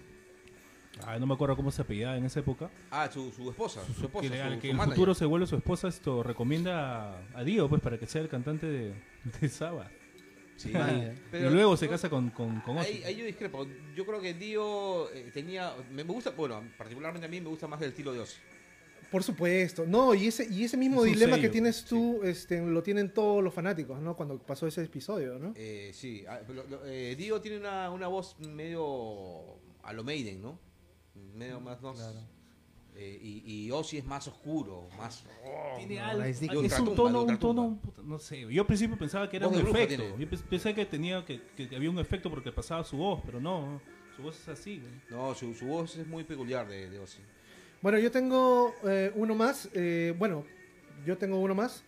C: ah, no me acuerdo cómo se apellidaba en esa época,
E: Ah, su, su esposa. Su esposa.
C: que,
E: su,
C: al que
E: su
C: en el
E: manager.
C: futuro se vuelve su esposa, esto recomienda a, a Dio, pues, para que sea el cantante de, de Saba.
E: Sí.
D: Vale.
E: Pero
C: y luego se
E: no-
C: casa con, con, con Ozzy.
E: Ahí, ahí yo discrepo. Yo creo que Dio eh, tenía. Me, me gusta, bueno, particularmente a mí me gusta más el estilo de Ozzy.
B: Por supuesto. No, y ese, y ese mismo
C: Es un
B: dilema que
C: sello,
B: tienes tú este, lo tienen todos los fanáticos, ¿no? Cuando pasó ese episodio, ¿no?
E: Eh, sí, ah, lo- lo- eh, Dio tiene una, una voz medio a lo Maiden, ¿no? Medio más. más eh, y, y Ozzy es más oscuro, más.
C: Tiene
D: no,
C: algo,
D: es
C: es,
D: digno.
C: un
E: Ultratumba,
C: tono, un
E: ultratumba.
C: tono, puta, no sé. Yo al principio pensaba que era
E: Voz
C: un
E: de bruja
C: efecto.
E: tiene.
C: Yo pe- pensé que tenía que, que había un efecto porque pasaba su voz, pero no, su voz es así. güey.
E: No, su, su voz es muy peculiar de, de Ozzy.
B: Bueno, yo tengo eh, uno más. eh, bueno, yo tengo uno más.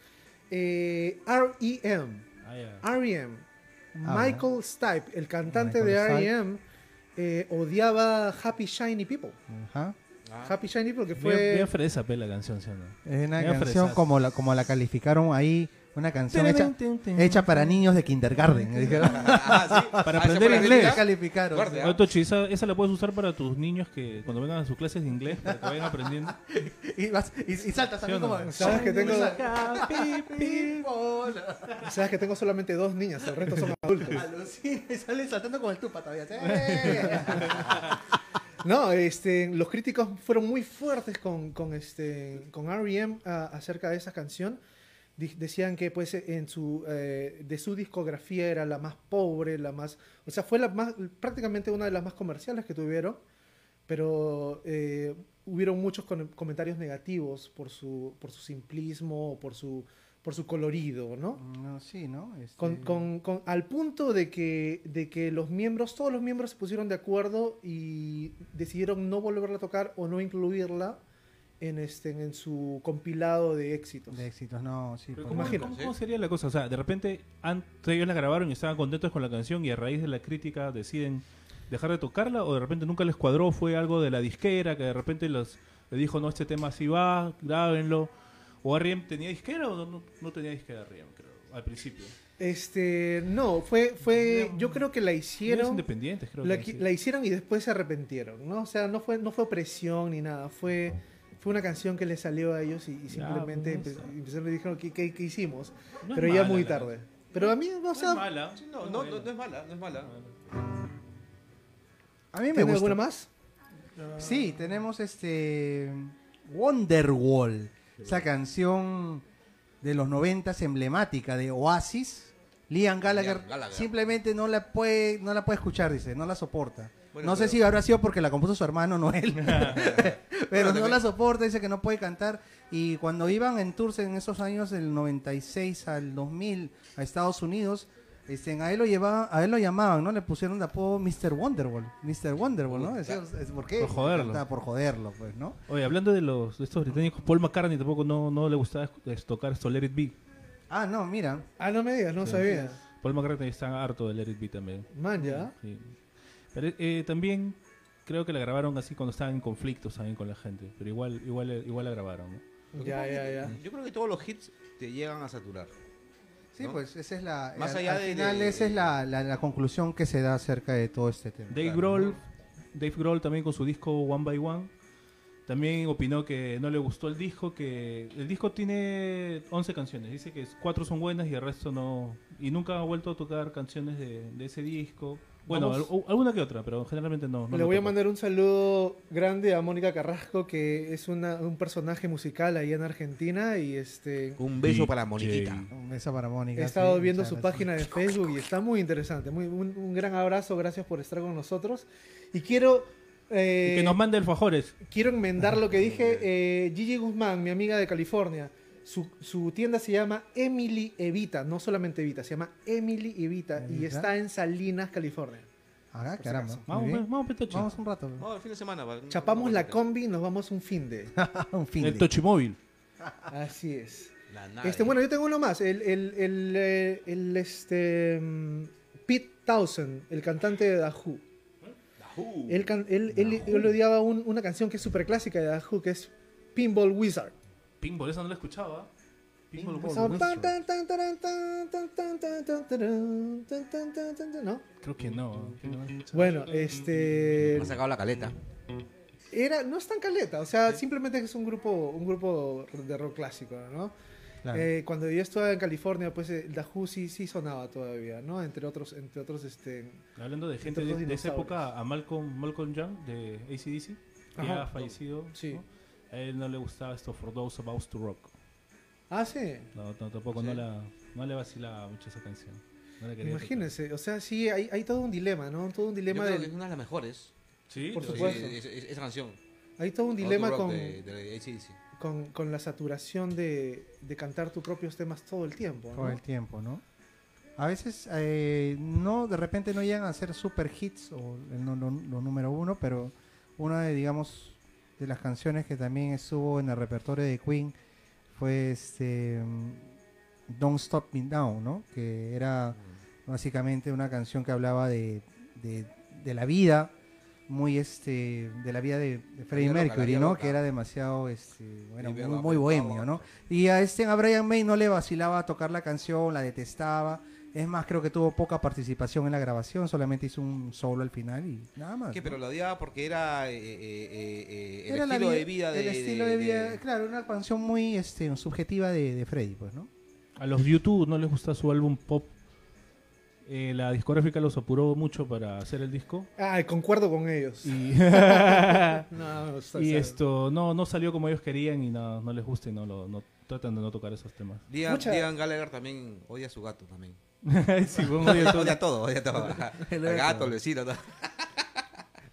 B: Eh, R.E.M.
C: Ah, ya.
B: R.E.M.
D: Ah,
B: E Michael Stipe, el cantante
D: Michael
B: de
D: Stipe.
B: R.E.M., eh, odiaba Happy Shiny People.
D: Ajá.
E: Ah,
B: Happy Shiny People, que
C: Bien- bien
B: fue.
C: fresa, pe, la canción, ¿sí o no?
D: Es una
C: Medio
D: canción
C: fresazo.
D: como la, como la calificaron ahí, una canción hecha,
C: Tin, tin, tin.
D: hecha para niños de kindergarten. dijeron.
E: Ah, sí.
C: Para
E: Ah, ¿esa
C: aprender
E: fue la
C: inglés.
E: crítica?
D: calificaron.
E: Fuerte,
D: sí.
E: ¿ah?
C: Oye, Tochi, esa, esa la puedes usar para tus niños que cuando vengan a sus clases de inglés, para que vayan aprendiendo.
D: Y, vas- y- y saltas
C: ¿Sí o
D: también como...
C: no?
B: ¿Sabes que tengo-
D: People.
B: Sabes que tengo solamente dos niñas, el resto son adultos.
D: Alucina, y sale saltando con el tupa todavía. ¡Eh!
B: No, este, los críticos fueron muy fuertes con, con, este, con R.E.M. a- acerca de esa canción. Di- decían que pues en su, eh, de su discografía era la más pobre, la más... O sea, fue la más, prácticamente una de las más comerciales que tuvieron, pero eh, hubieron muchos con- comentarios negativos por su, por su simplismo, por su, por su colorido, ¿no?
D: No, sí, ¿no? Este-
B: Con, con- con- al punto de que, de que los miembros, todos los miembros se pusieron de acuerdo y decidieron no volverla a tocar o no incluirla en, este, en su compilado de éxitos.
D: De éxitos, no, sí.
C: Pero
D: por-
C: ¿cómo,
B: imagino.
C: cómo- cómo sería la cosa? O sea, de repente antes ellos la grabaron y estaban contentos con la canción y a raíz de la crítica deciden dejar de tocarla o de repente nunca les cuadró, fue algo de la disquera que de repente los, le dijo, no, este tema así va, grábenlo. ¿O Arriem tenía disquera o no, no- no tenía disquera Arriem, creo, al principio?
B: Este, no, fue, fue, yo creo que la
C: Ellos
B: hicieron,
C: independientes, creo.
B: la,
C: que
B: qui-
C: sí.
B: la hicieron y después se arrepintieron, ¿no? O sea, no fue, no fue presión ni nada, fue, fue una canción que les salió a ellos y, y
C: Ya,
B: simplemente
C: pues,
B: empe- empezaron y dijeron, ¿qué, qué- qué hicimos?
C: No es
B: Pero ya
C: mala
B: muy
C: la
B: tarde.
C: canción.
B: Pero a mí, no,
C: No
B: o
C: es
B: sea,
C: mala.
E: No, no, no, no es mala, no es mala.
D: A mí me
B: ¿tiene alguna
D: gusta.
B: más?
D: Sí, tenemos este... Wonderwall. Esa canción de los noventas emblemática de Oasis. Liam Gallagher,
E: Liam Gallagher.
D: simplemente no la puede no la puede escuchar, dice, no la soporta.
E: Bueno,
D: no sé
E: pero-
D: si habrá sido porque la compuso su hermano, no él. pero
E: Bueno,
D: no
E: también-
D: la soporta, dice que no puede cantar. Y cuando iban en tours en esos años del 96 al 2000 a Estados Unidos, este, a, él lo llevaban, a él lo llamaban, ¿no? Le pusieron de apodo Mr. Wonderwall. Mr. Wonderwall, ¿no? Decía, es- ¿Por qué?
C: Por joderlo.
D: Cantaba Eh, Por joderlo, pues, ¿no?
C: Oye, hablando de los de estos británicos, Paul McCartney tampoco no, no le gustaba es- tocar esto Let It Be.
D: Ah, no, mira.
B: Ah, no me digas, no
C: Sí.
B: sabía.
C: Paul McCartney está harto de Let It Be también.
B: Man, ya.
C: Sí. Pero eh, también creo que la grabaron así cuando estaban en conflictos también con la gente. Pero igual, igual, igual la grabaron. ¿no?
E: Lo que
B: Ya,
E: pasa es
B: ya,
E: que
B: ya.
E: Yo creo que todos los hits te llegan a saturar.
D: Sí,
E: ¿no?
D: pues esa es la.
E: Más
D: al-
E: allá
D: al
E: de-
D: final,
E: de-
D: esa es la, la- la conclusión que se da acerca de todo este tema.
C: Dave
E: Claro.
C: Grohl, Dave Grohl también con su disco One by One, también opinó que no le gustó el disco, que el disco tiene 11 canciones, dice que es- cuatro son buenas y el resto no, y nunca ha vuelto a tocar canciones de, de ese disco. Bueno,
B: Vamos.
C: al- alguna que otra, pero generalmente no. no
B: Le
C: lo
B: voy a
C: toca.
B: mandar un saludo grande a Mónica Carrasco, que es una- un personaje musical ahí en Argentina. Y este
E: Un beso
C: DJ.
E: para Moniquita.
D: Un beso para Mónica.
B: he
D: sí,
B: estado
D: muchas
B: viendo su
D: gracias.
B: página de Facebook y está muy interesante. Muy, un, un gran abrazo, gracias por estar con nosotros. Y quiero. eh,
C: Y que nos mande el Fajores.
B: Quiero enmendar lo que dije. eh, Gigi Guzmán, mi amiga de California, su, su tienda se llama Emily Evita, no solamente Evita, se llama Emily Evita y
D: Evita.
B: está en Salinas, California.
D: Ah,
B: si
D: caramba.
B: acaso.
D: Muy
C: Vamos,
D: bien.
C: pues, vamos, Petocho.
D: Vamos un rato.
E: No, Oh, el fin de semana. va-
B: Chapamos la
E: Moniquita.
B: combi y nos vamos un fin de.
D: un fin.
C: El
D: de-
C: Tochimóvil.
B: Así es.
E: La nave.
B: Este, bueno, yo tengo uno más. El, el, el, eh, el, este, mm, Pete Townsend, el cantante de Dahoo.
E: Dajú.
B: Él, can- él, él- él odiaba un- una canción que es súper clásica de Dahoo, que es Pinball Wizard.
C: Pinball, esa no la escuchaba. Pinball,
D: Pinball.
C: Wizard.
B: Son tan, tan, tan, taran, tan, tan, tan, tan, tan, tarán, tan, tan, tan, tan, tan, ¿no?
C: Creo que no. que no la escuchaba.
B: Bueno, este
E: Me ha sacado la caleta.
B: era no es tan caleta, o sea, simplemente es un grupo un grupo de rock clásico, ¿no?
D: Claro.
B: Eh, cuando yo estaba en California, pues eh, Dahoo sí, sí sonaba todavía, ¿no? Entre otros entre otros este
C: Hablando de gente de,
B: Estos dos
C: de esa
B: dinosaurios.
C: época, a Malcolm, Malcolm Young de ACDC, que
B: Ajá.
C: ya ha fallecido,
B: Sí.
C: ¿no? a él no le gustaba esto, For Those About to Rock.
B: Ah, sí.
C: No, no, tampoco
E: Sí.
C: no, la, no le vacilaba mucho esa canción. No la quería
B: Imagínense, o sea, sí hay, hay todo un dilema, ¿no? Todo un
E: Yo
B: dilema
E: creo que es
B: del,
E: una de las mejores.
C: tocar. Sí,
B: Por
C: te-
B: supuesto.
E: Sí, es- es- Esa canción.
B: hay todo un dilema
E: Auto Rock
B: con, Ah,
E: De, de AC/DC.
B: con, con la saturación de, de cantar tus propios temas todo el tiempo,
D: Todo
B: ¿no?
D: el tiempo, ¿no? A veces, eh, no, de repente no llegan a ser super hits o el no- lo, lo número uno, pero una de, digamos, de las canciones que también estuvo en el repertorio de Queen fue este mm, Don't Stop Me Now, ¿no? Que era básicamente una canción que hablaba de, de- de la vida, muy este, de la vida de, de Freddie
E: vida loca, la
D: Mercury,
E: vida
D: ¿no?
E: loca.
D: Que era demasiado, este, bueno,
E: Live
D: muy,
E: Love
D: muy
E: and
D: bohemio,
E: Power.
D: ¿no? Y a este, a Brian May no le vacilaba a tocar la canción, la detestaba. Es más, creo que tuvo poca participación en la grabación, solamente hizo un solo al final y nada más.
E: ¿Qué?
D: ¿no?
E: Pero la odiaba porque era eh, eh, eh, eh, el
D: Era la
E: estilo
D: vida-
E: de vida de.
D: el estilo de vida, claro, una canción muy este, subjetiva de, de Freddy, pues, ¿no?
C: A los YouTube no les gustaba su álbum pop. Eh, la discográfica los apuró mucho para hacer el disco.
B: Ah, concuerdo con ellos.
C: Y,
B: No, o sea,
C: y
B: o sea,
C: esto no, no salió como ellos querían y no, no les gusta y no, lo, no tratan de no tocar esos temas.
E: Liam,
B: Mucha-
E: Liam Gallagher también odia a su gato también.
C: Sí, bueno, oye, todo-
E: Odia todo, odia todo. El gato, el vecino, todo.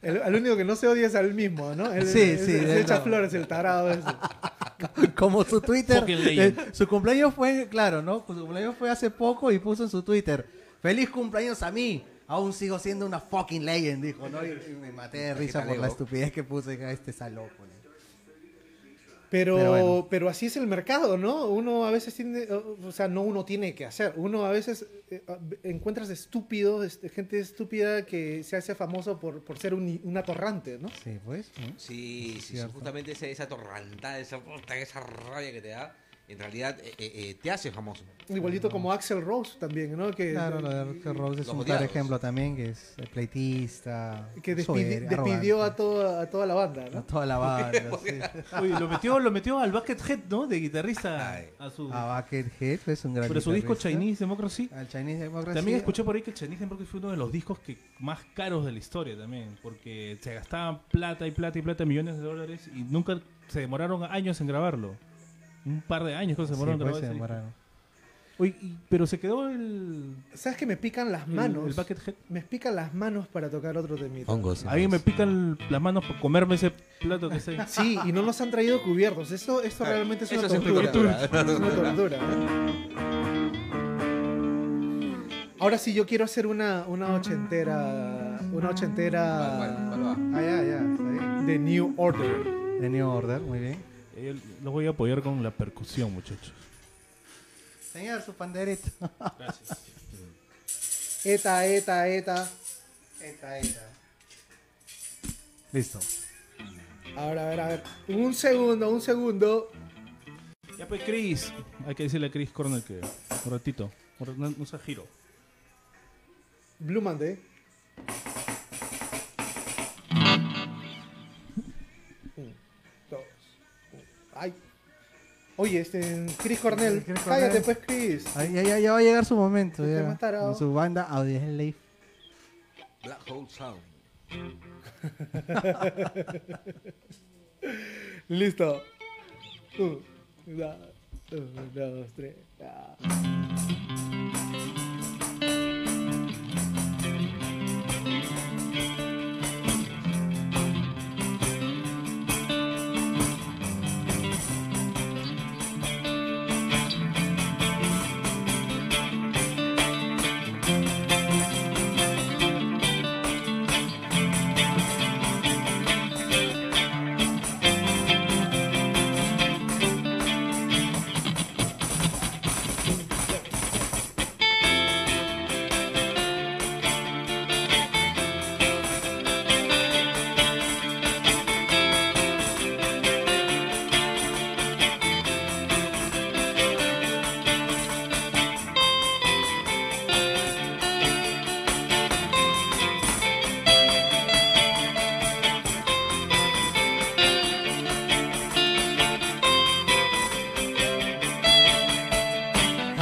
B: El, al único que no se odia es al mismo, ¿no? El-
D: Sí,
B: el-
D: sí,
B: el-
D: de
B: Se echa
D: verdad.
B: flores, el tarado ese.
D: Como su Twitter.
C: Fucking legend.
D: eh, su cumpleaños fue, claro, ¿no? Su cumpleaños fue hace poco y puso en su Twitter: Feliz cumpleaños a mí. Aún sigo siendo una fucking legend, dijo, ¿no? Y, y me maté de risa por la estupidez que puse. dije, Este está loco, ¿no?
B: Pero, pero,
D: Pero bueno.
B: así es el mercado, ¿no? Uno a veces tiene, o o sea, no uno tiene que hacer. Uno a veces eh, a- encuentras estúpidos, este, gente estúpida que se hace famoso por, por ser un, un atorrante, ¿no?
D: Sí, pues. ¿no?
E: Sí, sí, sí,
D: Cierto.
E: justamente ese- esa torrantada, esa, puta, esa rabia que te da, en realidad eh, eh, eh, te hace famoso.
B: Igualito como Axel Rose también, ¿no? Que,
D: Claro, lo de Axl Rose es
E: Los
D: un claro
E: odiados.
D: ejemplo también, que es el pleitista.
B: que despidi-
D: soberbio,
B: despidió a
D: arrogante,
B: toda, a toda la banda,
D: a
B: ¿no?
D: toda la banda. sí.
C: oye, lo, metió, lo metió al Buckethead, ¿no? De guitarrista
E: Ay.
C: a su...
B: Ah,
D: A Buckethead, es un gran
C: Pero su disco
D: guitarrista.
C: Chinese Democracy
D: Al Chinese Democracy.
C: También escuché por ahí que el Chinese Democracy fue uno de los discos que más caros de la historia también, porque se gastaban plata y plata y plata, millones de dólares, y nunca se demoraron años en grabarlo. Un par de años creo que se
D: Sí,
C: demoraron en grabar
D: pues, se
C: ese disco.
D: demoraron.
C: Oye, y- pero se quedó el.
B: ¿Sabes que me pican las
C: el-
B: manos?
C: El, Buckethead.
B: Me pican las manos para tocar otro temita.
F: Hongos.
C: Ahí me pican
D: Ah.
C: las manos por comerme ese plato que está ahí.
B: Sí, y no nos han traído cubiertos. Esto, esto realmente es
E: Eso
B: una
E: es una
B: tortura.
E: tortura.
B: Es una tortura. ¿eh? Ahora sí, yo quiero hacer una, una ochentera. Una
E: ¿Cuál, cuál,
B: ochentera
E: cuál va?
D: Ah, ya, ya, está bien.
B: de New Order.
D: The New Order, muy bien.
C: Yo Los Eh, voy a apoyar con la percusión, muchachos.
D: Señor, su pandereta.
B: Eta, eta, eta.
D: Esta, esta. Listo.
B: Ahora, a ver, a ver. Un segundo, un segundo.
C: Ya pues, Chris. Hay que decirle a Chris Cornell que. Un ratito. un ra- No, no se giro.
B: Blue Monday. Un, dos, un- ay. Oye, este, Chris Cornell.
D: Chris Cornell.
B: Cállate pues, Chris.
D: Ahí, ya, ya, ya va a llegar su momento.
B: Este
D: Ya.
B: más tarado.
D: Con su banda Audio Slave.
E: Black Hole Sound.
B: Listo. Un, dos, un, dos, tres. Ah. ya.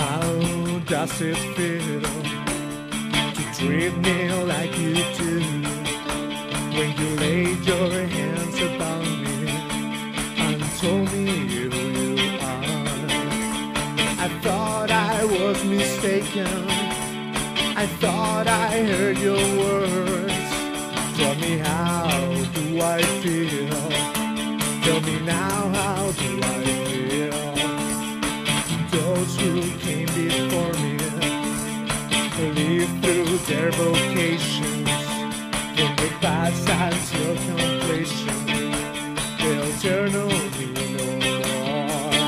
B: How does it feel to treat me like you do? When you laid your hands upon me and told me who you are, I thought I was mistaken. I thought I heard your words. Tell me how do I feel? Tell me now how do I feel? those who came before me lived through their vocations from the past until completion they'll turn over no more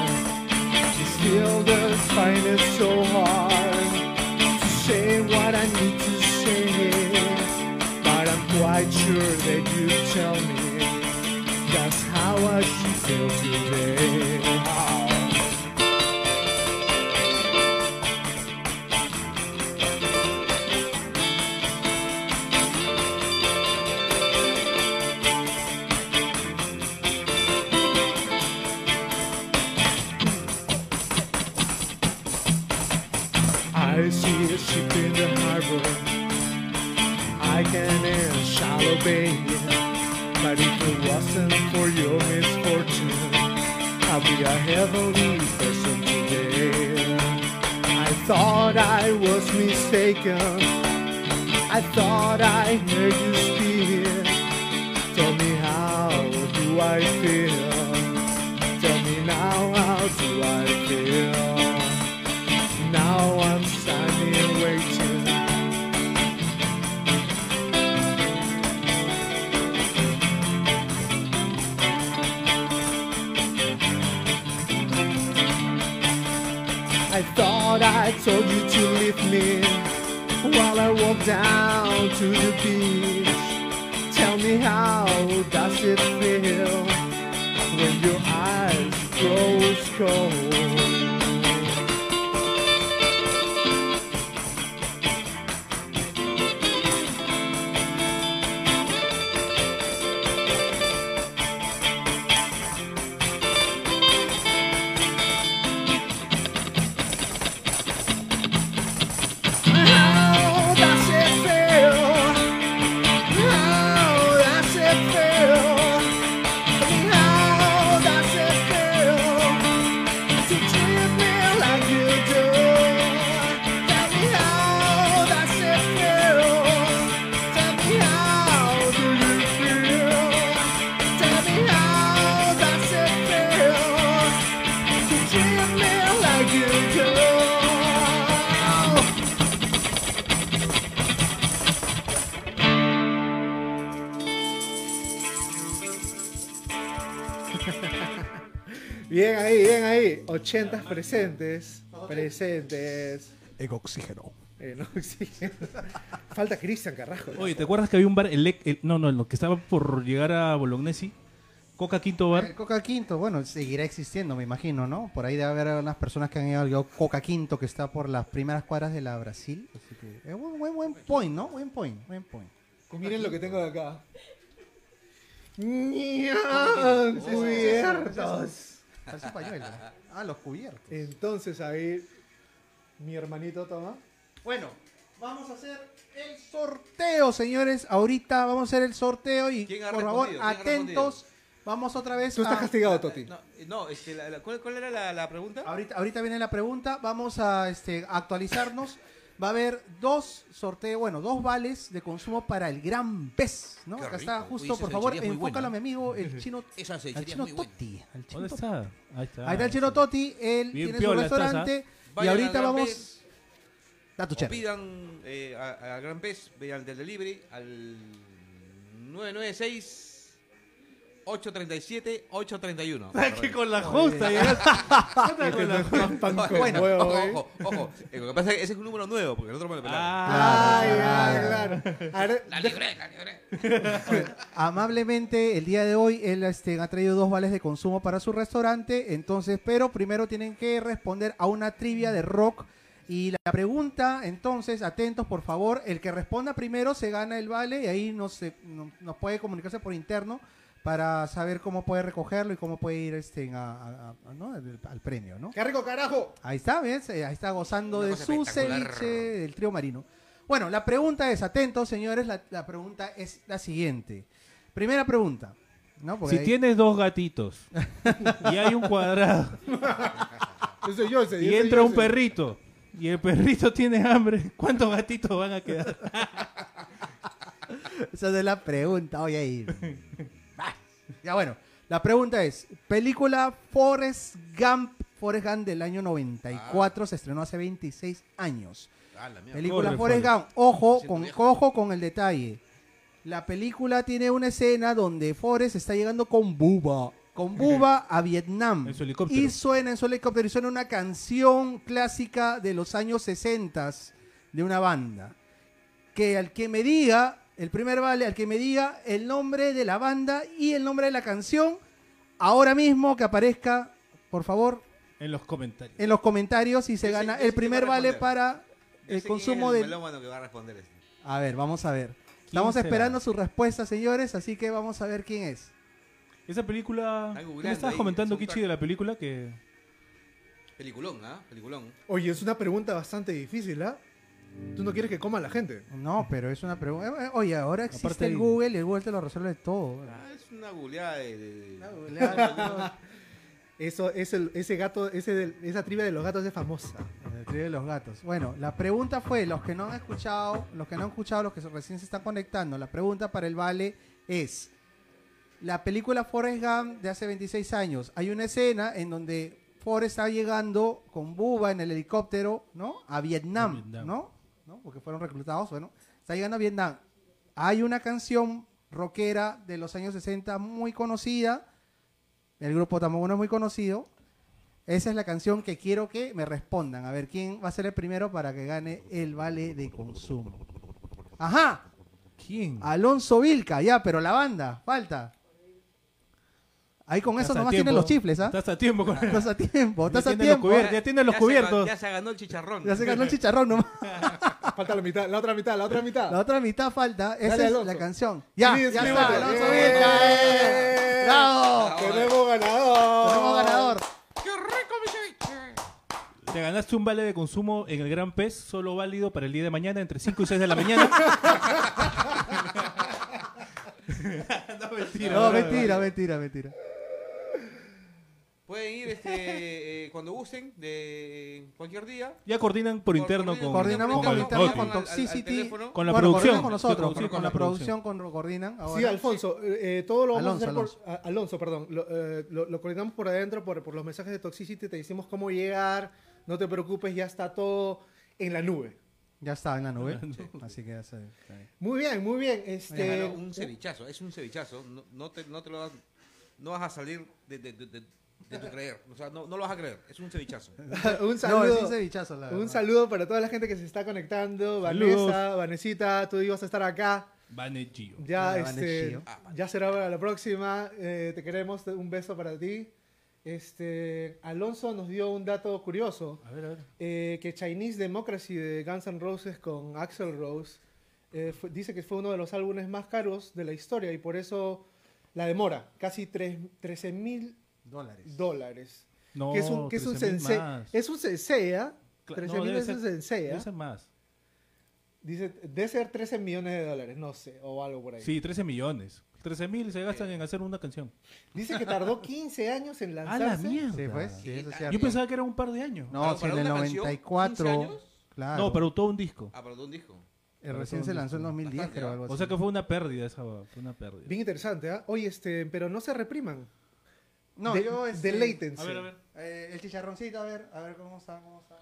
B: she still does find it so hard to say what I need to say but I'm quite sure that you tell me that's how I should feel today I see a ship in the harbor. I can in shallow bay. But if it wasn't for your misfortune, I'd be a heavenly person today. I thought I was mistaken. I thought I heard you speak. Tell me how do I feel? Tell me now how do I feel? Now I'm standing waiting. I thought I told you to leave me while I walk down to the beach. Tell me how does it feel when your eyes grow cold? How does it feel? How does it feel? How does it feel? Bien ahí, bien ahí. 80 presentes. Presentes.
F: En oxígeno.
B: Eh, no, sí. Falta Cristian, carajo.
C: Oye, ¿te acuerdas que había un bar? El, el- no, no, el que estaba por llegar a Bolognesi. Coca Quinto
D: El
C: Bar.
D: Coca Quinto, bueno, seguirá existiendo, me imagino, ¿no? Por ahí debe haber unas personas que han ido al Coca Quinto, que está por las primeras cuadras de la Brasil. Así que es un buen, buen point, ¿no? Buen point, buen point.
B: Miren lo que tengo de acá. ¡Ñan! ¡Cubiertos!
D: Parece pañuelo. Ah, los cubiertos.
B: Entonces ahí, mi hermanito toma.
D: Bueno, vamos a hacer el sorteo, señores. Ahorita vamos a hacer el sorteo y
E: ¿Quién ha
D: por favor,
E: respondido? ¿Quién ha
D: atentos. Vamos otra vez
B: Tú estás
D: a-
B: castigado, Toti.
E: No, no, este, la- la- ¿cuál, cuál era la, la pregunta?
D: Ahorita, ahorita viene la pregunta, vamos a este, actualizarnos. Va a haber dos sorteos, bueno, dos vales de consumo para el gran pez, ¿no?
A: Qué
D: Acá está
A: rico.
D: justo,
E: Uy, esa
D: por favor,
E: cevichería es muy
D: enfócalo
E: buena.
D: a mi amigo, el chino,
E: Esa
D: al
E: aceitería
D: chino
E: es muy buena.
D: Toti. al chino
C: ¿Dónde
D: Toti.
C: está? Ahí está.
D: Ahí está el chino Toti, él
C: Bien
D: tiene su
C: piola estás, ¿ah?
D: restaurante y
E: Vayan al
D: ahorita
E: Gran
D: vamos...
E: Pez
D: Da tu
E: o
D: chef.
E: pidan eh, a- al Gran Pez, vean del delivery al 996 837 831.
C: que con la justa llegaste.
B: Este
C: con
B: no
C: la
B: es tan pan con
E: Bueno,
B: huevo, ¿eh?
E: ojo, ojo, ojo. Eh, Lo que pasa es que ese es un número nuevo, porque el otro me lo pelaron.
B: Ay,
D: Claro,
B: ay, claro. A ver,
E: La libre, la libre.
D: Amablemente, el día de hoy él este, ha traído dos vales de consumo para su restaurante. Entonces, pero primero tienen que responder a una trivia de rock. Y la pregunta, entonces, atentos por favor, el que responda primero se gana el vale y ahí nos, eh, no- nos puede comunicarse por interno para saber cómo puede recogerlo y cómo puede ir este, a- a- a- ¿no? al, al premio, ¿no?
B: ¡Qué rico, carajo!
D: Ahí está, ¿ves? Eh, Ahí está gozando
E: Una
D: de
E: cosa
D: su
E: espectacular.
D: ceviche del trío marino. Bueno, la pregunta es, atentos señores, la, la pregunta es la siguiente. Primera pregunta, ¿no? Porque
C: Si
D: ahí-
C: tienes dos gatitos y hay un cuadrado
B: Yo soy yo ese,
C: y
B: yo soy
C: entra
B: yo
C: un
B: ese.
C: perrito y el perrito tiene hambre, ¿cuántos gatitos van a quedar?
D: Esa es la pregunta, oye ahí. Ah, ya bueno, la pregunta es, película Forrest Gump, Forrest Gump del año 94, se estrenó hace 26 años.
E: Ah, la mierda.
D: Película
C: Corre,
D: Forrest
C: Forrest.
D: Gump. Ojo
E: Siento
D: con,
E: viejo.
D: ojo con el detalle. La película tiene una escena donde Forrest está llegando con Buba. Con Buba a Vietnam.
C: En su helicóptero.
D: Y suena en su helicóptero y suena una canción clásica de los años 60 de una banda. Que al que me diga, el primer vale, al que me diga el nombre de la banda y el nombre de la canción, ahora mismo que aparezca, por favor,
C: En los comentarios.
D: en los comentarios y se
E: Yo sé-
D: gana
E: yo sé
D: el
E: quién
D: primer
E: va a
D: vale
E: responder.
D: para
E: Yo
D: el
E: sé
D: consumo
E: quién es
D: del
E: el melómano que va a responder este. esto.
D: a ver, vamos a ver. Estamos
C: será?
D: esperando sus respuestas, señores, así que vamos a ver quién es.
C: Esa película...
E: Están
C: ¿Qué
E: googleando
C: me estabas
E: ahí,
C: comentando,
E: son
C: Kichi, de la película que...
E: Peliculón, ¿ah? Peliculón.
B: Oye, es una pregunta bastante difícil, ¿ah? Tú no quieres que coma la gente.
D: No, pero es una pregunta. eh, eh, Oye, ahora existe
C: Aparte
D: el
C: hay-
D: Google y el Google te lo resuelve todo.
E: Ah, es una googleada de. de- de-
B: Eso, es el- ese gato, ese del- esa trivia de los gatos es famosa.
D: El trío de los gatos. Bueno, la pregunta fue, los que no han escuchado, los que no han escuchado, los que se- recién se están conectando, la pregunta para el vale es, la película Forrest Gump de hace 26 años, hay una escena en donde Forrest está llegando con Buba en el helicóptero, ¿no? A Vietnam,
C: A Vietnam.
D: ¿no? ¿no? Porque fueron reclutados, bueno, está llegando a Vietnam. Hay una canción rockera de los años 60 muy conocida, el grupo tampoco no es muy conocido, esa es la canción que quiero que me respondan. A ver quién va a ser el primero para que gane el vale de consumo. Ajá,
C: ¿Quién?
D: Ah, Alonso Vilca, ya, pero la banda, falta. Ahí con eso
C: Estás a
D: nomás
C: tiempo.
D: tienen los chifles, ¿ah?
C: Estás a tiempo con
D: Estás a tiempo, estás
C: ya
D: a
C: tiene
D: tiempo.
C: Los cubiertos, ya tiene los
E: Ya se
C: cubiertos.
E: ga- ya se ganó el chicharrón.
D: Ya se ganó el chicharrón nomás.
B: Falta la mitad, la otra mitad, la otra mitad.
D: La otra mitad falta. Esa
B: Dale,
D: es
B: Alonso.
D: la canción. Ya,
B: Sí,
D: ya
B: escríbete.
D: está, Alonso
B: Bien.
D: Vilca. eh. ¡Bravo!
B: Tenemos ganador.
D: Tenemos ganador.
E: ¡Qué rico, mi ceviche!
C: Te ganaste un vale de consumo en el Gran Pez, solo válido para el día de mañana, entre 5 y 6 de la mañana. no, mentira.
D: No, mentira, mentira, mentira.
E: Pueden ir este, eh, cuando gusten, de cualquier día.
C: Ya coordinan por interno
E: Coordinan-
C: con,
D: Coordinamos
C: con,
D: por
C: el
D: interno
C: Toti.
D: con
E: al- al
D: Toxicity.
E: teléfono.
C: Con la
D: Bueno,
C: producción.
D: coordinan con nosotros,
C: Sí,
D: con la producción con- coordinan.
B: Sí,
D: ahora.
B: Alfonso, eh, eh, todo lo vamos a hacer
D: Alonso,
B: por. a- Alonso, perdón. Lo, eh, lo- lo coordinamos por adentro, por, por los mensajes de Toxicity. Te decimos cómo llegar. No te preocupes, ya está todo en la nube.
D: Ya está en la nube. Así que ya se.
B: Muy bien, muy bien.
E: Déjalo,
B: Este,
E: un cevichazo, es un cevichazo. No, no te, no te lo dan no vas a salir de, de- de- de- de tu creer. O sea, no, no lo vas a creer. Es un cevichazo.
B: un
D: No, es
B: saludo.
D: un cevichazo, la verdad.
B: un saludo para toda la gente que se está conectando.
C: Saludos.
B: Vanessa, Vanesita, tú ibas a estar acá.
C: Vane Gio.
B: Ya,
D: Hola,
B: este,
D: Vaneshillo.
E: Ah, vale.
B: ya será para la próxima. Eh, te queremos, un beso para ti. Este, Alonso nos dio un dato curioso,
C: A ver, a ver.
B: eh, que Chinese Democracy de Guns N' Roses con Axl Rose eh, fu- dice que fue uno de los álbumes más caros de la historia y por eso la demora, casi tres- 13 mil
D: Dólares.
B: dólares.
C: No,
B: que es un, que es un
C: 13.000
B: sensei,
C: más.
B: es un sensei, ¿ah?
C: Cla-
B: 13
C: no,
B: mil
C: debe
B: es un
C: ser-
B: sensei, ¿ah?
C: debe ser más.
B: Dice, debe ser 13 millones de dólares, no sé, o algo por ahí.
C: Sí, 13 millones. 13 mil se gastan en hacer una canción.
B: Dice que tardó 15 años en
C: ¡A
B: lanzarse.
C: la mierda!
D: Sí, pues, sí, eso es cierto.
C: Yo pensaba que era un par de años. No,
D: No,
E: Claro,
D: si
E: para
D: en el
E: una canción,
D: 94.
E: 15 años.
D: Claro.
C: pero todo un disco.
E: Ah, perdón, dijo.
D: Eh, recién
C: todo
D: se
C: un
D: lanzó en
C: disco.
D: 2010,
E: Bastante,
D: creo,
E: ¿ah?
D: algo así.
C: O sea que fue una pérdida esa huevada, fue una pérdida.
B: pues Bien interesante, ¿ah? Oye, este, pero no se repriman.
D: no,
B: de,
D: yo este,
B: deleítense.
C: A ver, a ver.
D: eh, el chicharroncito, a ver, a ver cómo está, cómo está.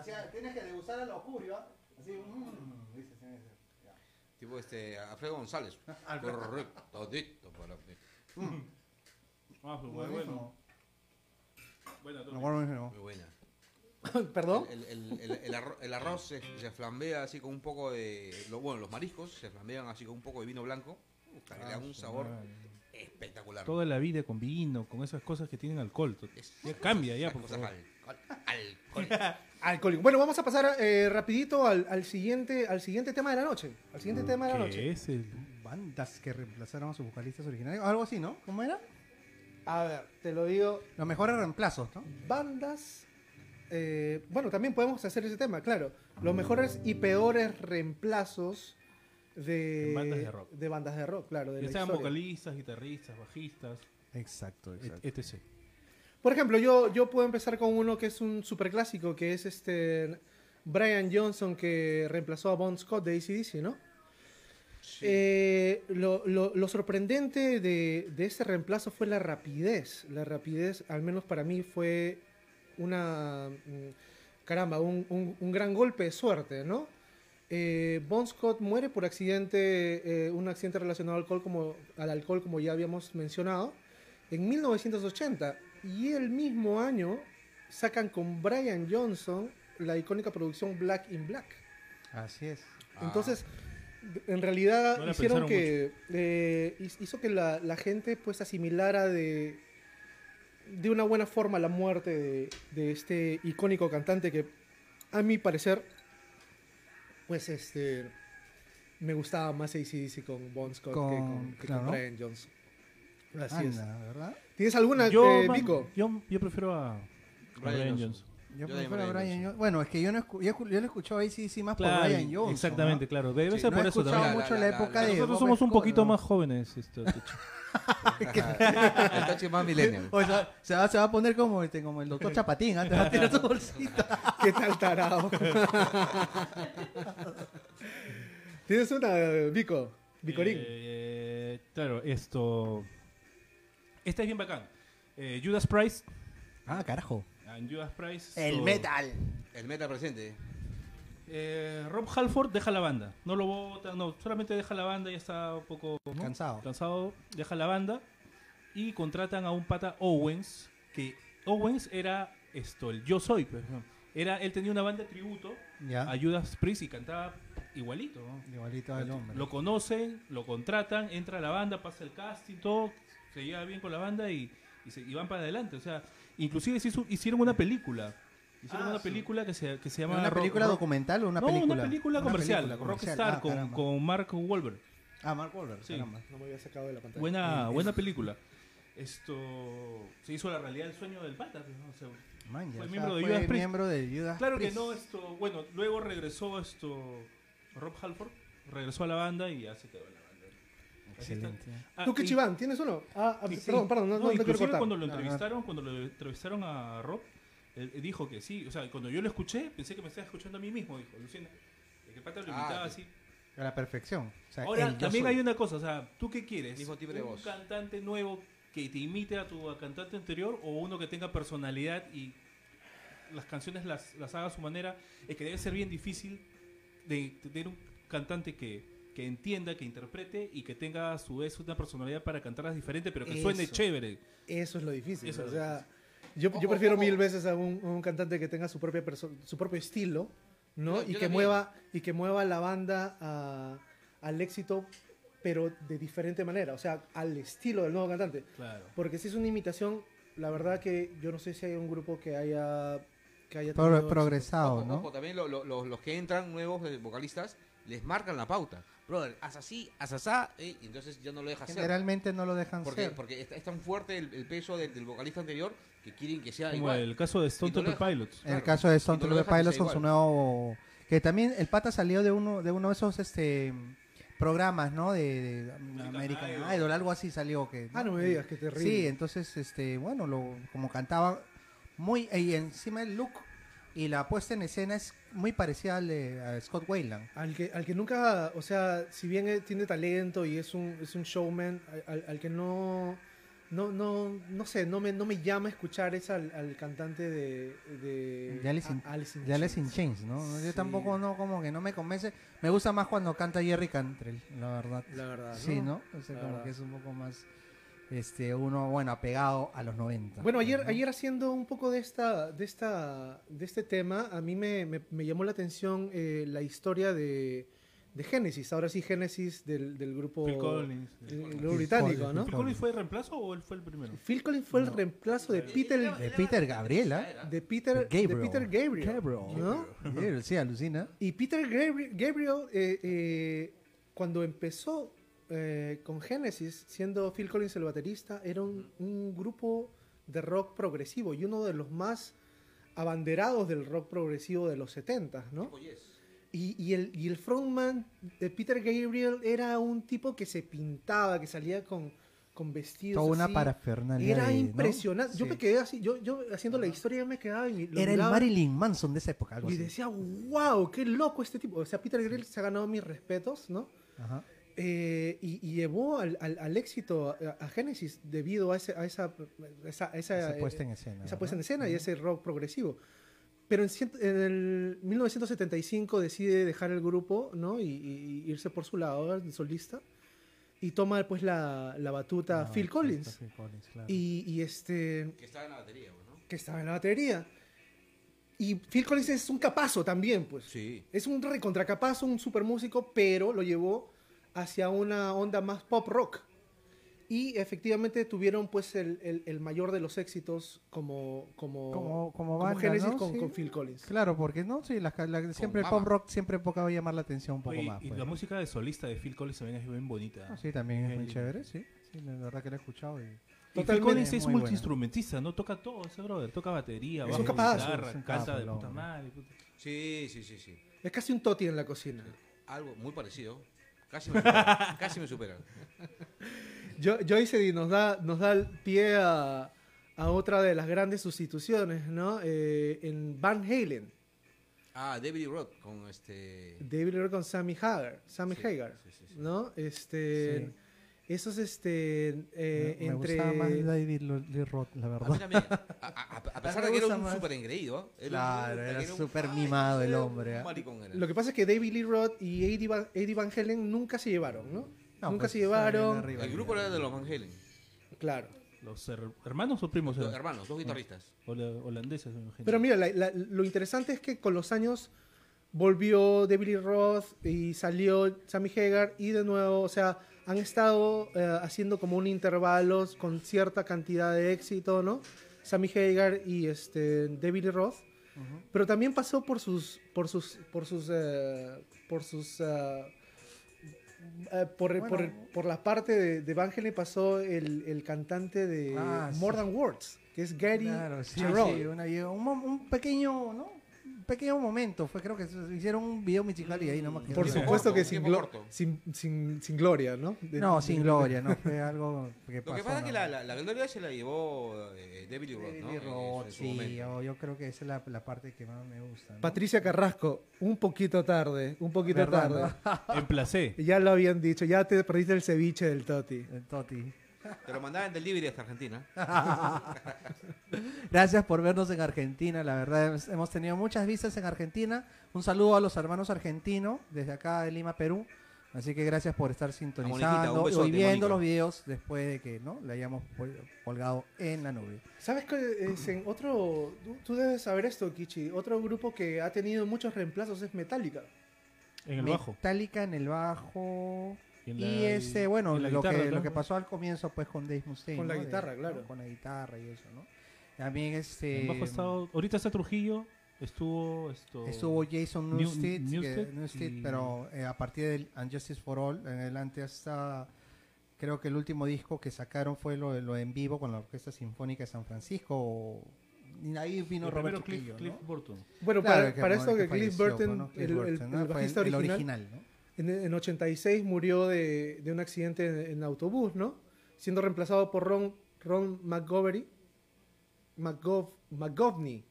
D: Así, ah, tienes que degustar a lo oscuro, ¿ah? Así, mmm, dices, tienes que-
E: Tipo este, Alfredo González. Correcto, dito para ti.
C: Ah, pues,
D: Muy
C: bueno.
D: bueno.
C: Bueno,
D: No,
C: todo bien.
D: bueno, bueno.
E: Muy buena.
B: Perdón.
E: El, el- el- el arro- el arroz se, se flambea así con un poco de. lo- bueno, los mariscos se flambean así con un poco de vino blanco. Puta, que le da un sabor espectacular.
C: Toda la vida con vino, con esas cosas que tienen alcohol. to-
E: Es-
C: Ya cambia, ya,
E: esas
C: por
E: cosas
C: favor.
E: alcohol, alcohol.
B: Alcohólico. Bueno, vamos a pasar eh, rapidito al, al siguiente, al siguiente tema de la noche. Al siguiente tema de la noche.
C: ¿Qué es el-
D: Bandas que reemplazaron a sus vocalistas originarios. Algo así, ¿no? ¿Cómo era?
B: A ver, te lo digo.
D: Los mejores reemplazos, ¿no?
B: Bandas. eh, bueno, también podemos hacer ese tema, claro. Los mejores y peores reemplazos de,
C: En bandas de rock.
B: de bandas de rock, claro. de
C: Ya
B: la
C: sean
B: historia.
C: vocalistas, guitarristas, bajistas,
D: Exacto,
C: et- etc.
B: Por ejemplo, yo, yo puedo empezar con uno que es un superclásico, que es este Brian Johnson, que reemplazó a Bon Scott de ACDC, ¿no? Eh, lo, lo- lo sorprendente de, de ese reemplazo fue la rapidez. La rapidez, al menos para mí, fue una. mm, Caramba, un, un- un gran golpe de suerte, ¿no? Eh, bon Scott muere por accidente, eh, un accidente relacionado al alcohol, como, al alcohol, como ya habíamos mencionado, en 1980. Y el mismo año sacan con Brian Johnson la icónica producción Black in Black.
D: Así es.
E: Ah.
B: Entonces, en realidad
C: No la
B: hicieron
C: pensaron
B: que eh, his- hizo que la, la gente pues asimilara de de una buena forma la muerte de, de este icónico cantante que a mi parecer pues este me gustaba más ACDC con Bon Scott que
D: Con-
B: con, que
D: claro.
B: con Brian Johnson. Así es.
D: Anda, ¿verdad?
B: ¿Tienes alguna, eh,
C: man,
B: Vico?
C: yo, yo prefiero a a
E: Brian
C: Brian
E: Johnson.
C: Johnson.
D: Yo
E: Yo
D: prefiero
E: también
D: a
E: Brian
D: Brian
E: Johnson.
D: Johnson. Bueno, es que yo no escu- yo, escu- yo lo escuchaba ahí sí, sí más por Brian Johnson.
C: exactamente,
D: ¿no?
C: claro. Debe
E: Sí,
C: ser
D: No
C: por
D: he
C: eso
D: escuchado
C: también.
D: mucho
E: también.
D: la,
E: La- la-
D: época
E: la-
D: de.
C: Nosotros
D: Bob
C: somos un
D: Escobar,
C: poquito
D: ¿no?
C: más jóvenes. Este, Techo.
E: Ajá. Ah. El tache más millennial.
D: O sea, se va, se va a poner como, este, como el doctor Chapatín, antes va a tirar su bolsita.
B: ¿Qué tal tarado? ¿Tienes una, Vico? Vicorín.
C: Eh, claro, esto. Esta es bien bacán. Eh, Judas Price.
D: Ah, carajo.
C: and Judas Price.
D: El
C: so-
D: metal.
E: El meta presente.
C: Eh, Rob Halford deja la banda. No lo votan, no, solamente deja la banda, ya está un poco ¿no?
D: Pues Cansado.
C: cansado, deja la banda y contratan a un pata Owens, que Owens era esto, el yo soy, pues, ¿no? era él tenía una banda de tributo
D: Ya.
C: a Judas Priest y cantaba igualito. ¿no?
D: Igualito al Ah, hombre.
C: Lo conocen, lo contratan, entra a la banda, pasa el casting, todo, se lleva bien con la banda y, y se, y van para adelante. O sea, inclusive se hizo- hicieron una película. Hicieron
D: Ah,
C: una
D: sí.
C: película que se, que se llama
D: ¿Una
C: Rock-
D: película
C: Rock-
D: documental o una
C: no,
D: película?
C: una película comercial,
D: película comercial.
C: Rockstar
D: Ah,
C: con,
D: caramba.
C: con Mark Wahlberg.
D: Ah, Mark Wahlberg,
C: Sí.
D: caramba.
B: No me había sacado de la pantalla.
C: Buena,
D: Eh,
C: buena película. Esto se hizo la realidad del sueño del pata. pues, ¿no? O sea,
D: Man, ya,
C: Fue
D: o sea,
C: miembro de
D: fue
C: Judas Priest.
D: miembro de
B: Ah,
D: Judas
C: claro que
B: pues.
D: Priest.
C: no, esto, bueno, luego regresó esto Rob Halford, regresó a la banda y ya se quedó en la banda. Así está.
D: Excelente.
C: Ah,
B: ¿Tú,
C: y-
B: Kichibán, tienes uno? Ah, ah,
C: y-
B: perdón, perdón, no, no, te quiero
C: inclusive
B: cortar.
C: cuando lo
D: No, no.
C: entrevistaron, cuando lo entrevistaron a Rob, él él dijo que sí, o sea, cuando yo lo escuché, pensé que me estaba escuchando a mí mismo, dijo Luciana. El que el pata lo
E: Ah,
C: imitaba
E: sí.
C: así,
D: A la perfección. O sea,
C: Ahora,
D: el yo
C: también
D: soy.
C: hay una cosa, o sea, ¿tú qué quieres?
E: Mismo timbre de
C: ¿Un
E: voz.
C: cantante nuevo que te imite a tu cantante anterior o uno que tenga personalidad y las canciones las, las haga a su manera? Es que debe ser bien difícil de tener un cantante que que entienda, que interprete y que tenga a su vez una personalidad para cantarlas diferente, pero que
B: Eso.
C: suene chévere.
B: Eso es lo difícil.
C: Eso
B: o
C: es lo
B: sea, yo, yo
E: Ojo,
B: prefiero
E: ojo.
B: mil veces a un, a un cantante que tenga su propia perso- su propio estilo, ¿no?
E: Yo-
B: y que
E: yo también.
B: mueva y que mueva la banda a- al éxito, pero de diferente manera, o sea, al estilo del nuevo cantante.
C: Claro.
B: Porque si es una imitación, la verdad que yo no sé si hay un grupo que haya que haya
D: Pro-
B: tenido
D: progresado,
C: Ah,
E: Ojo,
D: ¿no?
E: ojo, también lo- lo- lo- los que entran nuevos eh, vocalistas les marcan la pauta. Brother, haz así, haz asá, eh, y entonces ya no lo dejas hacer.
D: Generalmente no lo dejan
E: Porque,
D: ser.
E: porque es, es tan fuerte el, el peso del, del vocalista anterior que quieren que sea
C: Como
E: Ah, igual.
C: el caso de Stone
E: Y no lo
C: Temple Pilots.
D: En el
E: claro,
D: caso de Stone
E: y no lo
D: Temple
E: dejan que
D: Pilots
E: sea
D: con su
E: igual.
D: nuevo... Que también el pata salió de uno de uno de esos este programas, ¿no? De, de American
C: Idol.
D: Idol. algo así salió. que
B: Ah, no me digas, qué terrible.
D: Sí, entonces, este, bueno, lo, como cantaba muy... Y encima el look y la puesta en escena es muy parecida al de a Scott Wayland.
B: Al que, al que nunca, o sea, si bien eh, tiene talento y es un, es un showman, al- al, al que no, no, no, no sé, no me, no me llama a escuchar es al, al cantante de, de,
D: De Alice in-
B: a- Alice in
D: De Alice in
B: Chains.
D: Chains, ¿no? Yo
B: Sí.
D: tampoco, no, como que no me convence. Me gusta más cuando canta Jerry Cantrell, la verdad.
B: La verdad, ¿no?
D: Sí, ¿no? O sea,
B: La
D: como
B: verdad.
D: que es un poco más, este, uno, bueno, apegado a los 90.
B: Bueno, ayer,
D: ¿no?
B: ayer haciendo un poco de, esta, de, esta, de este tema, a mí me, me- me llamó la atención eh, la historia de, de Génesis. Ahora sí, Génesis del, del grupo,
C: Phil Collins.
B: del-
C: Phil
B: del
C: Collins.
B: grupo británico,
D: Collins,
B: ¿no?
D: Phil
C: ¿Phil Collins fue el reemplazo o él fue el primero?
B: Phil Collins fue el
D: No.
B: reemplazo de Peter,
D: De Peter Gabriel, ¿ah?
B: de Peter, de Peter Gabriel, ¿no?
D: Gabriel, sí, alucina.
B: Y Peter Gabri- Gabriel, eh, eh, cuando empezó eh, con Genesis, siendo Phil Collins el baterista, era un, un grupo de rock progresivo y uno de los más abanderados del rock progresivo de los 70, ¿no? Y, y el, y el frontman de Peter Gabriel era un tipo que se pintaba, que salía con, con vestidos.
D: Toda una
B: así.
D: parafernalia.
B: Era
D: de- ¿no?
B: impresionante. Yo
D: Sí.
B: me quedé así, yo, yo haciendo la historia me quedaba y lo
D: Era el
B: miraba.
D: Marilyn Manson de esa época, algo
B: Y
D: así.
B: decía, wow, qué loco este tipo. O sea, Peter Grill se ha ganado mis respetos, ¿no?
D: Ajá.
B: Eh, y, y llevó al, al- al éxito a, a Genesis debido a, ese- a esa, a esa, a esa,
D: Esa puesta
B: eh,
D: en escena.
B: esa puesta en
D: ¿verdad?
B: escena y ese rock progresivo. Pero en, cien- en el 1975 decide dejar el grupo, ¿no? Y, y- y irse por su lado, el solista. Y toma, pues, la, la batuta
D: Ah,
B: Phil
D: exacto,
B: Collins.
D: Phil Collins, claro.
B: Y, y este
E: Que estaba en la batería, pues, ¿no?
B: que estaba en la batería. Y Phil Collins es un capazo también, pues.
E: Sí.
B: Es un recontracapazo, un super músico, pero lo llevó hacia una onda más pop rock. Y efectivamente tuvieron pues el, el- el mayor de los éxitos como, como,
D: como, como
B: como
D: banda,
B: Genesis
D: ¿no?
B: con,
D: Sí.
B: con Phil Collins.
D: Claro, porque no, sí, las ca- la- siempre el
E: Baba.
D: pop rock siempre poca va a llamar la atención un poco
C: Oye,
D: más.
C: y
D: pues,
C: la
D: ¿no?
C: música de solista de Phil Collins también es bien bonita.
D: Ah, sí, también es
C: Bien
D: muy
C: linda.
D: chévere, sí. Sí, la verdad que la he escuchado. y-
C: Y Phil
B: Totalmente,
C: Collins
D: es
C: es
D: muy buena.
C: multiinstrumentista, ¿no? Toca todo ese brother. Toca batería,
B: Es
C: bajo,
B: un capazo,
C: guitarra,
D: es un
C: canta
D: capo,
C: de
D: el
C: puta
D: hombre.
C: madre. puta.
E: Sí, sí, sí, sí.
B: Es casi un toti en la cocina.
E: Algo muy parecido. Casi me superan. casi me superan.
B: Yo, Joyce nos da, nos da el pie a, a otra de las grandes sustituciones, ¿no? Eh, en Van Halen,
E: Ah, David Lee Roth con este.
B: David Lee Roth con Sammy Hagar, Sammy
E: Sí,
B: Hagar,
E: sí, sí, sí.
B: ¿no? Este,
D: Sí.
B: Esos, este, eh,
D: me,
B: entre...
D: me gustaba más David Lo- Lee Roth, la
E: A mí
D: verdad.
E: también. A, a- a- a pesar de que era
D: gusta
E: un
D: más.
E: súper engreído. ¿eh?
D: Claro,
E: un-
D: era
E: un-
D: súper
E: ay,
D: mimado el
E: era
D: hombre,
E: Un
D: ¿eh?
E: maricón era.
B: Lo que pasa es que David Lee Roth y Eddie Van, Eddie Van Halen nunca se llevaron, ¿no?
D: No,
B: nunca
D: pues,
B: se
D: estaban
B: llevaron.
D: bien arriba.
E: El grupo era de los Van Halen.
B: Claro.
C: ¿Los her- hermanos o primos?
E: Dos
C: eran?
E: hermanos, dos guitarristas.
C: Hola- holandeses, me imagino.
B: Pero mira, la- la- lo interesante es que con los años volvió David Lee Roth y salió Sammy Hagar y de nuevo, o sea, han estado eh, haciendo como un intervalos con cierta cantidad de éxito, ¿no? Sammy Hagar y este David Lee Roth.
D: Ujú.
B: Pero también pasó por sus. por sus. por sus. eh, por sus. ah, eh, por,
D: Bueno.
B: por, por la parte de, de Van Halen pasó el, el cantante de
D: Ah, sí.
B: More Than Words, que es Gary
D: Claro, sí,
B: Cherone.
D: sí, una- un, mom- un pequeño, ¿no? Un pequeño momento, fue creo que se- hicieron un video musical
E: Mm,
D: y ahí nomás quedó.
B: Por
E: Tiempo
B: supuesto
E: corto,
B: que
E: un
B: sin,
E: tiempo
B: glo-
E: corto.
B: sin, sin, sin gloria, ¿no? De-
D: No,
B: de-
D: sin gloria, no fue algo que
E: Lo
D: pasó.
E: que pasa es que
D: ¿no?
E: la, la, la gloria se la llevó eh, David Lee Roth,
D: David
E: ¿no?
D: Lee
E: En- en
D: Roth,
E: su- en su
D: sí,
E: momento.
D: yo, yo creo que esa es la, la parte que más me gusta. ¿no?
B: Patricia Carrasco, un poquito tarde, un poquito
D: ¿Verdad,
B: tarde.
C: En placé.
B: Ya lo habían dicho, ya te perdiste el ceviche del Toti.
D: El Toti.
E: Te lo mandaban del Liberia hasta Argentina.
D: Gracias por vernos en Argentina, la verdad es- hemos tenido muchas vistas en Argentina. Un saludo a los hermanos argentinos desde acá de Lima, Perú. Así que gracias por estar
E: Moniquita, un
D: sintonizando
E: besote,
D: y viendo
E: Moniquita.
D: los videos después de que ¿no? le hayamos pol- colgado en la nube.
B: ¿Sabes que es en otro. Tú, tú debes saber esto, Kichi. Otro grupo que ha tenido muchos reemplazos es Metallica.
C: En el bajo.
D: Metallica en el bajo.
C: Y en
D: Y,
C: la-
D: este, bueno,
C: y en la
D: lo,
C: guitarra,
D: que, lo
C: claro.
D: que pasó al comienzo pues con Dave Mustaine.
B: Con la
D: ¿no? De-
B: guitarra, claro.
D: Con la guitarra y eso, ¿no? También este...
C: En bajo ha estado- ahorita está Trujillo, estuvo esto.
D: Estuvo Jason
C: New-
D: Newsted, que-
C: Newsted
D: Newsted,
C: y-
D: pero eh, a partir del Unjustice for All, en adelante hasta creo que el último disco que sacaron fue lo, lo en vivo con la Orquesta Sinfónica de San Francisco. o- y ahí vino
C: el
D: Robert
C: primero Cliff,
D: Trujillo,
C: Cliff
D: ¿no?
C: Burton.
B: Bueno,
D: Claro,
B: para, para esto
D: bueno,
B: que pues, Cliff
D: falleció,
B: Burton,
D: ¿no? Cliff
B: el, el-
D: Burton, ¿no?
B: el
D: Fue
B: bajista
D: el
B: original,
D: original, ¿no?
B: En, en 86 murió de, de un accidente en, en autobús, ¿no? Siendo reemplazado por Ron, Ron McGovery, McGov, McGovney.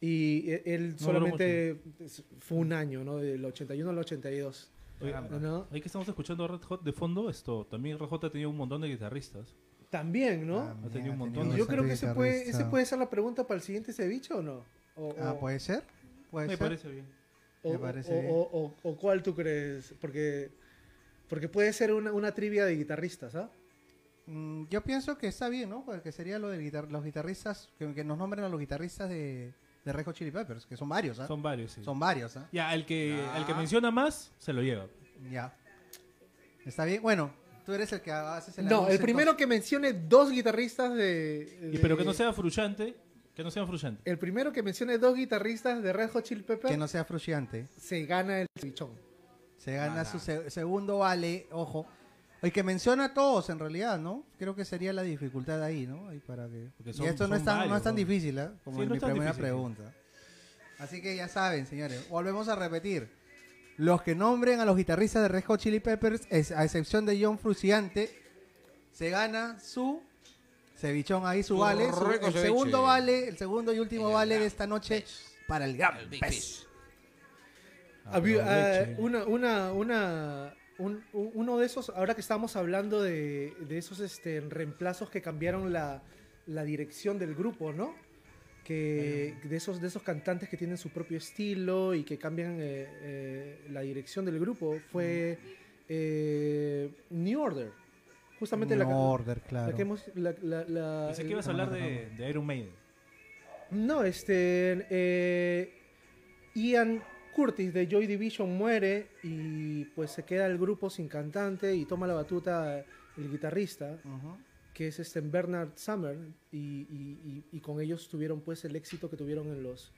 B: Y e- él
C: No duró
B: solamente es- fue un año, ¿no? Del 81 al 82.
C: Oye,
B: Caramba. ¿no?
C: Ahí que estamos escuchando a Red Hot de fondo, esto también Red Hot ha tenido un montón de guitarristas.
B: También, ¿no?
D: También
C: Ha tenido un montón.
D: Ah, tenido
B: Yo creo que
D: bastante
B: ese puede,
D: guitarrista.
B: ese puede ser la pregunta para el siguiente ceviche o no. O,
D: Ah,
B: o-
D: puede ser. Puede
C: Me
D: ser.
C: parece bien.
B: o-
D: me parece
B: o-
D: bien.
B: o- o- o cuál tú crees. Porque, porque puede ser una, una trivia de guitarristas, ¿ah?
D: Mm, yo pienso que está bien, ¿no? Porque sería lo de guitar- los guitarristas, que, que nos nombren a los guitarristas de, de Red Hot Chili Peppers, que son varios, ¿ah? Son,
C: Son varios, sí.
D: varios, ¿ah?
C: Ya, el que,
E: Ah.
C: el que menciona más, se lo lleva.
D: Ya. ¿Está bien? Bueno, tú eres el que haces el
B: No,
D: anuncio,
B: el primero
D: entonces.
B: que mencione dos guitarristas de.
C: Y
B: de-
C: pero
D: Eh,
C: que no sea frustrante, que no sea frustrante.
B: El primero que mencione dos guitarristas de Red Hot Chili Peppers
D: Que no sea frustrante.
B: se gana el cevichón.
D: Se gana
E: Gana.
D: su se- segundo vale, ojo. El que menciona a todos, en realidad, ¿no? Creo que sería la dificultad ahí, ¿no? Ahí para que...
C: Porque
D: y
C: son-
D: esto no
C: son
D: es tan, no
C: varios,
D: es tan
C: ¿no?
D: difícil, ¿ah? Como
C: Sí,
D: en
C: no
D: mi
C: es tan
D: primera
C: difícil, sí.
D: pregunta. Así que ya saben, señores. Volvemos a repetir. Los que nombren a los guitarristas de Red Hot Chili Peppers, es- a excepción de John Fruciante, se gana su cevichón ahí, su
E: Su
D: vale. su-
E: rico
D: el
E: ceviche.
D: segundo vale, el segundo y último
E: El
D: vale de
E: gran
D: esta noche
E: pez.
D: para el gran
E: El Big
D: pez.
E: Fish.
B: Había,
D: eh,
B: ah,
C: Aproveche.
B: una, una, una, un- un- uno de esos, ahora que estamos hablando de, de esos este, reemplazos que cambiaron la, la dirección del grupo, ¿no? Que de esos, de esos cantantes que tienen su propio estilo y que cambian eh, eh, la dirección del grupo fue eh, New Order. Justamente la,
D: New
B: ca-
D: Order,
B: la
D: claro.
B: que hemos. la- la- la-
C: Pensé
B: el-
C: que ibas a hablar de, de Iron Maiden.
B: no, este. eh, Ian Curtis de Joy Division muere y pues se queda el grupo sin cantante y toma la batuta el guitarrista,
D: Ujú.
B: que es este Bernard Summer, y, y- y- y con ellos tuvieron pues el éxito que tuvieron en los,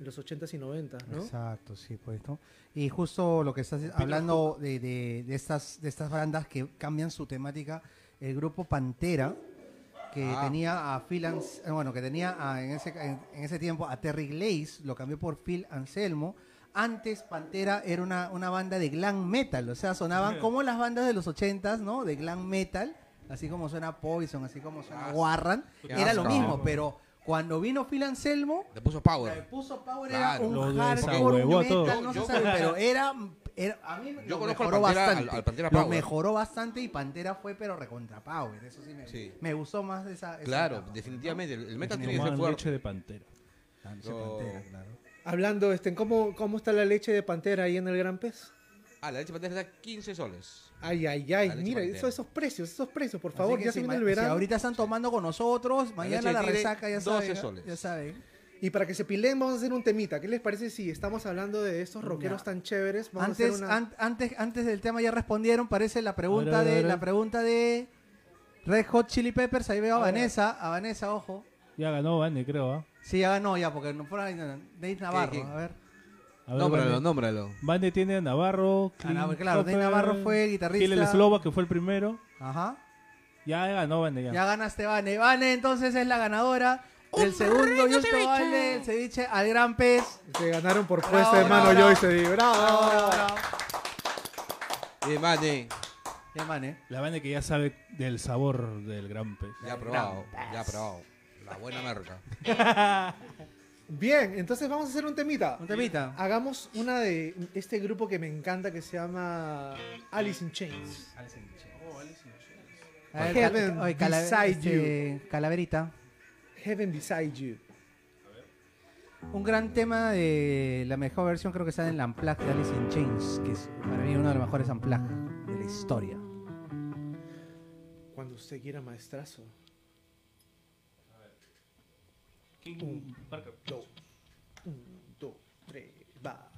B: en los 80s y 90s, ¿no?
D: Exacto, sí, pues, ¿no? Y justo lo que estás hablando de, de- de estas, de estas bandas que cambian su temática, el grupo Pantera, que
E: Ah.
D: tenía a Phil Ans- eh, bueno, que tenía a- en, ese, en, en ese tiempo a Terry Glaze, lo cambió por Phil Anselmo. Antes Pantera era una, una banda de glam metal, o sea, sonaban como las bandas de los 80s, ¿no? De glam metal, así como suena Poison, así como suena
E: Ah,
D: Warren.
E: qué
D: Era lo
E: asco.
D: mismo, pero cuando vino Phil Anselmo,
E: Le puso
D: la de
E: power.
D: puso Power
E: Claro.
D: era
C: Lo
D: un hardcore
C: desahuevó a
D: metal,
C: todos.
D: no se
E: Yo-
D: sabe, pero era, era- a mí
E: Yo
D: lo
E: conozco al
D: mejoró
E: Pantera-
D: bastante.
E: al- al Pantera
D: lo
E: Power.
D: mejoró bastante y Pantera fue pero recontra Power, eso sí me,
E: Sí.
D: me gustó más de esa, esa
E: Claro,
D: etapa, ¿no?
E: definitivamente. El el metal tiene que
C: Tomaban
E: ser fuerte.
C: leche de pantera.
D: Ah, ese
E: Yo-
D: Pantera, claro.
B: Hablando, este, ¿cómo, ¿cómo está la leche de pantera ahí en el Gran Pez?
E: Ah, la leche pantera está 15 soles.
B: Ay, ay,
E: La
B: ay,
E: leche
B: mira,
E: Pantera.
B: eso- esos precios, esos precios, por
D: Así
B: favor,
D: que
B: ya
D: si
B: se viene
D: ma-
B: el verano.
D: Si ahorita están tomando con nosotros, mañana
E: leche
D: la,
E: tigre,
D: resaca, ya
E: 12
D: saben. ¿no?
E: soles.
D: Ya saben.
B: Y para que se peleen, vamos a hacer un temita. ¿Qué les parece si estamos hablando de estos rockeros
D: Ya.
B: tan chéveres? Vamos a
D: Antes,
B: hacer una-
D: an- antes, antes del tema ya respondieron, parece la pregunta
C: A ver, a ver,
D: de
C: a ver.
D: la pregunta de Red Hot Chili Peppers, ahí veo a, Vanessa, a Vanessa, ojo.
C: Ya ganó Vane, creo. ¿ah?
D: Sí, ya ganó ya, porque no fueron Dave Navarro,
E: quién?
D: a ver.
C: A ver,
E: Nómbralo,
C: Vane.
E: nómbralo.
C: Vane tiene a Navarro.
D: Ah, Nav- claro, Dave Navarro fue el guitarrista.
C: Gil el Slova, que fue el primero.
D: Ajá.
C: Ya ganó Vane. Ya.
D: Ya ganaste, Vane. Vane entonces es la ganadora del segundo y último vale el ceviche al gran pez.
B: Se ganaron por
D: Bravo,
B: puesta de
D: bravo,
B: mano
D: bravo.
B: Joyce. di, Bravo.
D: Bravo, bravo, bravo.
E: Eh, mane.
D: Ya, Vane.
C: La Vane que ya sabe del sabor del gran pez.
E: Ya probado. Ya probado. La buena marca.
B: Bien, entonces vamos a hacer un temita.
D: Un temita.
B: Hagamos una de este grupo que me encanta que se llama Alice in Chains.
D: A ver,
B: Heaven
D: cala- oye, cala-
B: beside
D: este, Calaverita.
B: Heaven Beside You.
G: Un gran tema de la mejor versión creo que sale en la Unplugged de Alice in Chains, que es para mí uno de los mejores Unplugged de la historia.
D: Cuando usted quiera, maestrazo. Um,
B: King Parker.
D: Do. Un, dos, tres, va.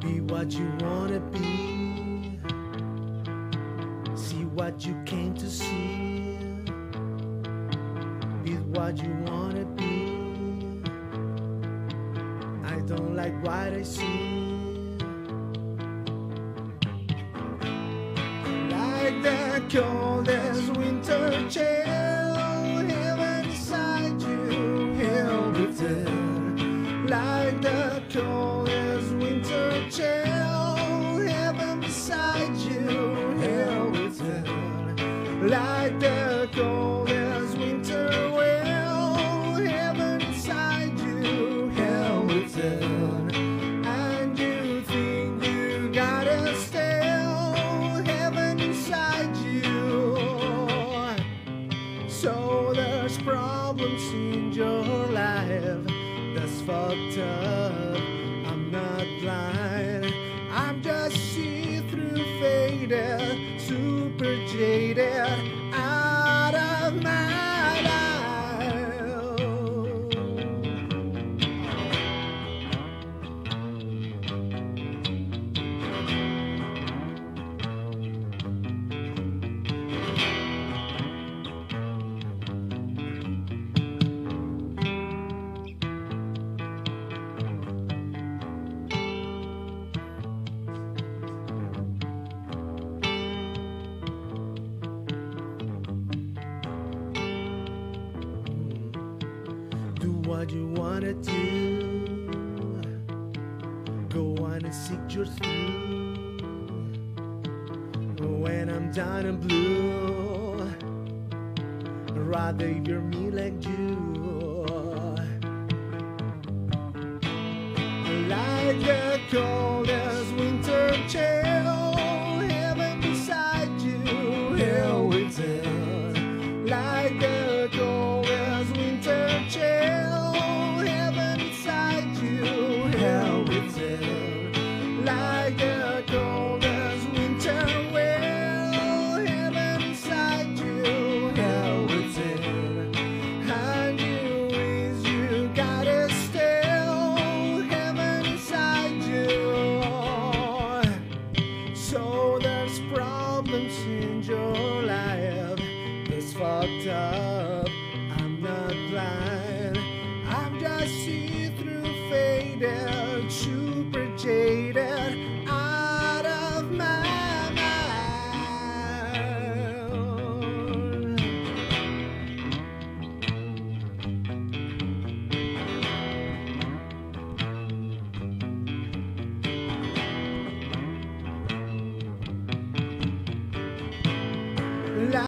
D: Be what you wanna be. See what you came to see. Be what you wanna be. I don't like what I see. Like the coldest winter chill, heaven inside you, he'll be there. Like the coldest winter chill, heaven beside you, he'll be there. Like the coldest winter will, heaven inside you, he'll be there. And you think you gotta still heaven inside you. So there's problems in your life that's fucked up. I'm not blind. I'm just see through faded, super jaded, out of my life. Do what you wanna do. Go on and seek your through. When I'm down and blue, rather you're me like you. Like the coldest winter chill, heaven beside you, hell with like the coldest winter chill, heaven inside you, hell within. Like the coldest winter will, heaven inside you, hell within. And you is you gotta still, heaven inside you. So there's problems in your life that's fucked up. I'm not blind. I'm just see through faded, super jaded. Out of my mind.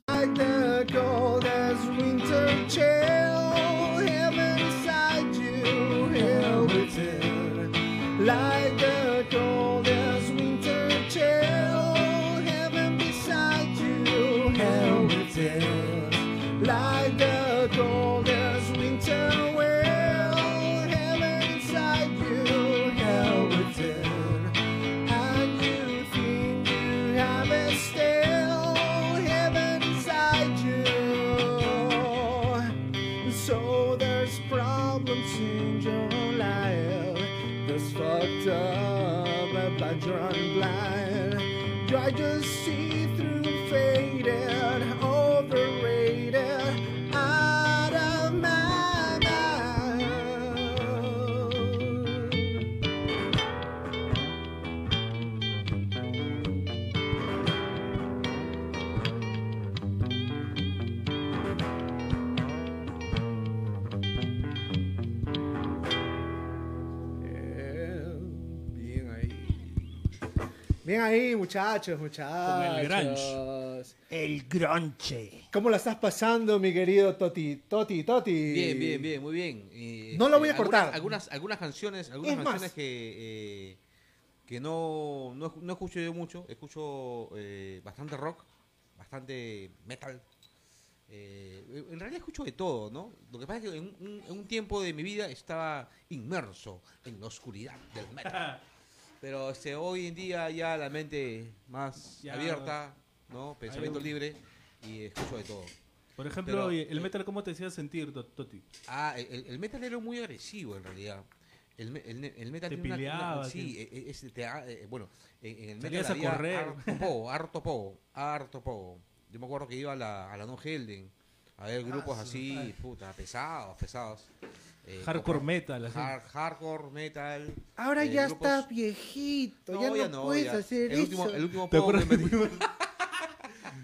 D: Like the coldest winter chill, heaven inside you, hell within. Like the coldest winter chill, heaven beside you, hell within. Like the coldest winter will, heaven inside you, hell within. And you think you have it still, heaven inside you. So there's problems in your life that's fucked up, but you're blind. I just see through faded, overrated, out of my mind. Bien ahí. Bien ahí, muchachos, muchachos.
B: grunge. días.
D: El gronche.
B: ¿Cómo la estás pasando, mi querido Toti? Toti, Toti.
E: Bien, bien, bien, muy bien. Eh,
B: No la voy a
E: algunas-
B: cortar.
E: Algunas, algunas canciones, algunas
B: Es más.
E: canciones que, eh, que no, no, escu- no escucho yo mucho. Escucho eh, bastante rock, bastante metal. Eh, en realidad escucho de todo, ¿no? Lo que pasa es que en un, en un tiempo de mi vida estaba inmerso en la oscuridad del metal. Pero este, hoy en día ya la mente más
C: Ya.
E: abierta, ¿no? Pensamiento
C: un-
E: libre y escucho de todo.
C: Por ejemplo,
E: Pero-
C: oye, el metal, ¿cómo te hacía sentir, Tot- Toti?
E: Ah, el, el metal era muy agresivo en realidad. El, me- el, ne- el metal
C: Te
E: tiene una- una-
C: pileabas,
E: sí, e- e- ese te ha- eh, bueno, en, en el metal
C: Salías a
E: había
C: correr.
E: harto pogo, harto pogo, harto pogo. Yo me acuerdo que iba a la, a la No Helden a
B: Ah,
E: ver grupos
B: su
E: así,
B: madre.
E: puta, pesados, pesados. Eh,
C: Hardcore
E: como-
C: metal. así.
E: hard- hardcore metal.
B: Ahora
E: eh,
B: ya
E: grupos-
B: estás viejito,
E: No,
B: ya no puedes
E: ya.
B: hacer
E: el
B: eso.
E: Último, el último
C: ¿Te
E: pogo
C: acuerdas
E: que
C: que
E: me-
C: fuimos,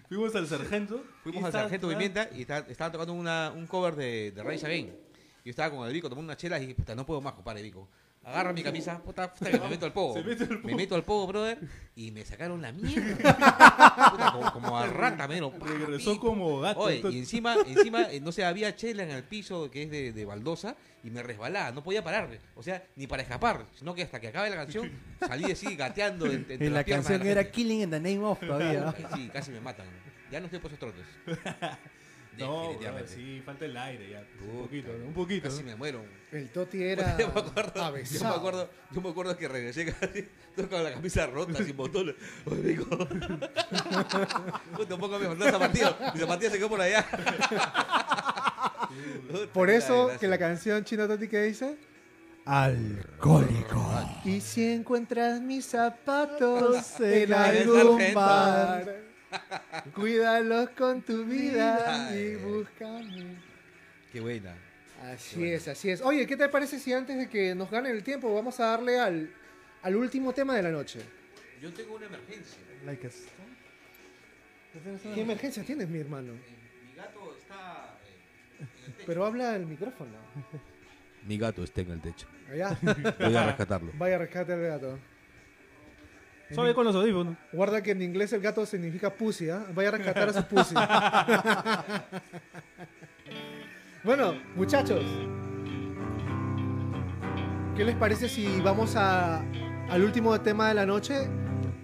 C: fuimos al sargento?
E: Fuimos
C: Y
E: al
C: estaba-
E: Sargento Pimienta y está- estaban tocando una, un cover de, de Rage Again. Yo estaba con el Vico tomando una chela y dije, puta, no puedo más, compadre Vico. Agarra mi camisa, puta, puta, que me meto al pogo.
C: Se mete al
E: Me
C: pogo.
E: meto al pogo, brother, y me sacaron la mierda. Puta, como, como a rata, menos.
C: Regresó como gato.
E: Oye,
C: Tot-
E: y encima, encima, eh, no sé, había chela en el piso que es de, de baldosa y me resbalaba, no podía parar, o sea, ni para escapar, sino que hasta que acabe la canción salí así gateando. En,
D: En la canción era Killing in the Name of todavía.
E: Sí, casi me matan. Ya no estoy por esos trotes.
C: No, bro,
E: Definitivamente.
C: sí, falta el aire ya. Pues,
E: Puta,
C: Un poquito, ¿no? un poquito.
E: Casi
C: ¿no?
E: me muero.
B: El Toti era
E: Yo me acuerdo, yo me
B: avesado.
E: acuerdo, yo me acuerdo que regresé casi, todo con la camisa rota, sin botones. Oye, digo, puta, un poco me faltó la zapatilla. Mi zapatilla se quedó por allá. Puta,
B: Por
E: qué
B: eso
E: desgracia.
B: que la canción Chino Toti que dice
D: Alcohólico.
B: Y si encuentras mis zapatos en
D: En
B: algún
E: algún
B: bar Cuídalos con tu vida
E: Ay.
B: y búscame
E: Qué buena.
B: Así es, así es Oye, ¿qué te parece si antes de que nos gane el tiempo Vamos a darle al, al último tema de la noche?
E: Yo tengo una emergencia.
D: Like a
B: ¿Qué emergencia tienes, mi hermano?
E: Mi gato está. eh,
B: Pero habla el micrófono
E: Mi gato está en el techo.
B: Allá,
E: Voy a rescatarlo.
B: vaya rescate al gato
C: Solo ahí con los audífonos.
B: Guarda que en inglés el gato significa pussy, ¿ah? Vaya a rescatar a su pussy. bueno, muchachos. ¿Qué les parece si vamos a- al último tema de la noche?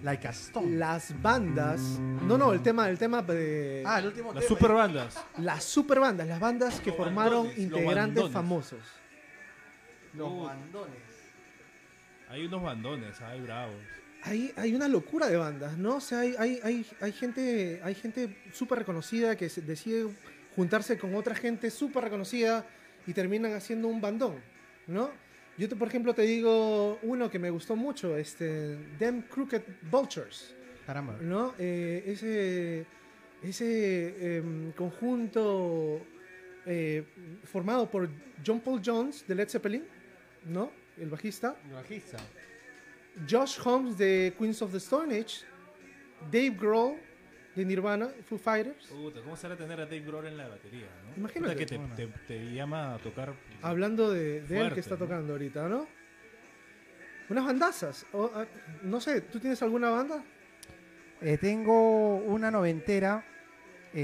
D: Like a Stone.
B: Las bandas. No, no, el tema, el tema de.
D: Ah, el último
C: Las
D: tema.
C: super bandas.
B: Las super bandas, las bandas que
C: Los
B: formaron
C: bandones, los
B: integrantes
C: bandones.
B: famosos.
D: Los
C: Uh,
D: bandones.
C: hay unos bandones, hay bravos.
B: Hay, hay una locura de bandas, ¿no? O sea, hay, hay, hay, hay gente hay gente súper reconocida que se- decide juntarse con otra gente súper reconocida y terminan haciendo un bandón, ¿no? Yo, te- por ejemplo, te digo uno que me gustó mucho, este, Them Crooked Vultures,
D: Caramba.
B: ¿no? Eh, ese ese em, conjunto eh, formado por John Paul Jones de Led Zeppelin, ¿no? El bajista.
D: Bajista.
B: Josh Holmes de Queens of the Stone Age, Dave Grohl de Nirvana, Foo Fighters,
C: Puta, ¿cómo será tener a Dave Grohl en la batería? ¿no?
B: Imagínate. Ah,
C: Puta que te, te- te llama a tocar.
B: hablando de, de él
C: Fuerte,
B: que está
C: ¿no?
B: tocando ahorita, ¿no? Unas bandazas. o, ah, no sé, ¿tú tienes alguna banda?
D: Eh, tengo una noventera,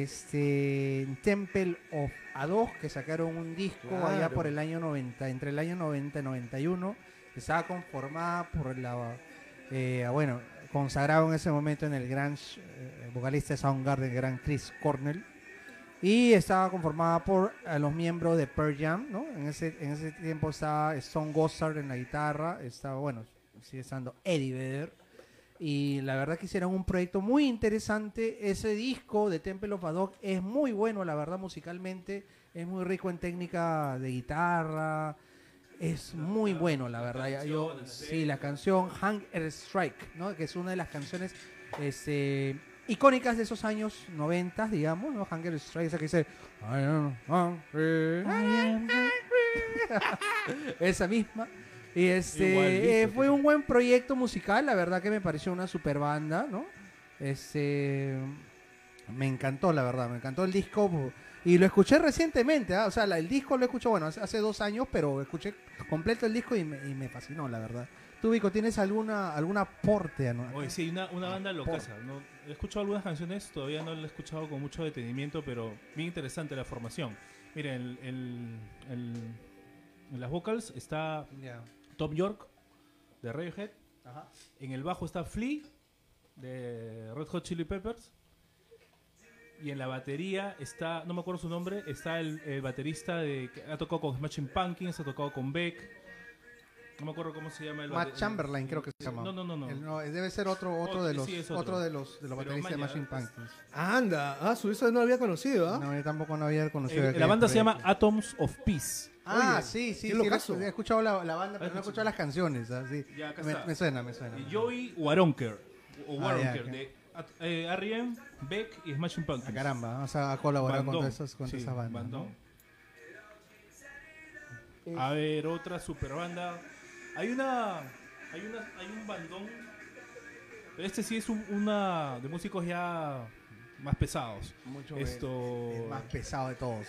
D: este, Temple of A2, que sacaron un disco allá
B: Claro.
D: por el año 90, entre el año 90 y 91, que estaba conformada por la, eh, bueno, consagrado en ese momento en el gran eh, vocalista de Soundgarden, el gran Chris Cornell, y estaba conformada por eh, los miembros de Pearl Jam, ¿no? En ese, en ese tiempo estaba Stone Gossard en la guitarra, estaba, bueno, sigue estando Eddie Vedder, y la verdad que hicieron un proyecto muy interesante. Ese disco de Temple of Adoc es muy bueno, la verdad, musicalmente. Es muy rico en técnica de guitarra. Es muy bueno, la verdad. Ya Yo, sí, la canción Hunger Strike, ¿no? que es una de las canciones este, icónicas de esos años 90, digamos. ¿no? Hunger Strike, esa que dice. "I am hungry, I am hungry". esa misma. Y este,
C: Igualito,
D: eh,
C: tío.
D: fue un buen proyecto musical, la verdad que me pareció una super banda, ¿no? Este, me encantó, la verdad, me encantó el disco po- y lo escuché recientemente, ¿ah? o sea, la- el disco lo escuché, bueno, hace, hace dos años, pero escuché completo el disco y me, y me fascinó, la verdad. Tú, Vico, ¿tienes alguna, algún aporte? a no- Ah,
C: Oye, sí, hay una, una banda locaza. ¿no? he escuchado algunas canciones, todavía no la he escuchado con mucho detenimiento, pero bien interesante la formación. Miren, el, el- el- en las vocals está
D: Ya.
C: Tom York de Radiohead,
D: Ajá.
C: en el bajo está Flea de Red Hot Chili Peppers y en la batería está, no me acuerdo su nombre, está el, el baterista de que ha tocado con Smashing Pumpkins, ha tocado con Beck. No me acuerdo cómo se llama el
D: Matt
C: bate-
D: Chamberlain creo que se llama.
C: No, no, no, no.
D: El- debe ser otro, otro
C: Otro,
D: de
C: sí,
D: los,
C: es
D: otro.
C: otro.
D: de los, de
C: Pero
D: los
C: pues,
D: bateristas de
C: maña,
D: Machine
C: es-
D: Pumpkins.
B: Anda, ah, su eso no lo había conocido, ¿ah?
D: No, yo tampoco no había conocido.
C: Eh,
D: aquel
C: la banda se llama
D: proyecto.
C: Atoms of Peace.
D: Ah,
B: Oye,
D: sí, sí,
B: qué
D: sí.
B: locazo.
D: He escuchado la, la banda, pero no
C: escuchado.
D: he escuchado las canciones. ah, sí.
C: Ya, acá
D: me,
C: está.
D: me suena, me suena.
C: Y Joey Waronker. O
D: Ah,
C: Waronker,
D: ya,
C: de At- eh, R.E.M., Beck y Smashing
D: Ah,
C: Pumpkins.
D: caramba, o sea, ha colaborado con
C: Bandón.
D: todas esas, con
C: Sí,
D: esas bandas. ¿no?
C: bandón. A ver, otra super banda. Hay una. Hay una. Hay un bandón. Pero este sí es un- una. de músicos ya más pesados.
D: Mucho
C: Esto.
D: El más pesado de todos.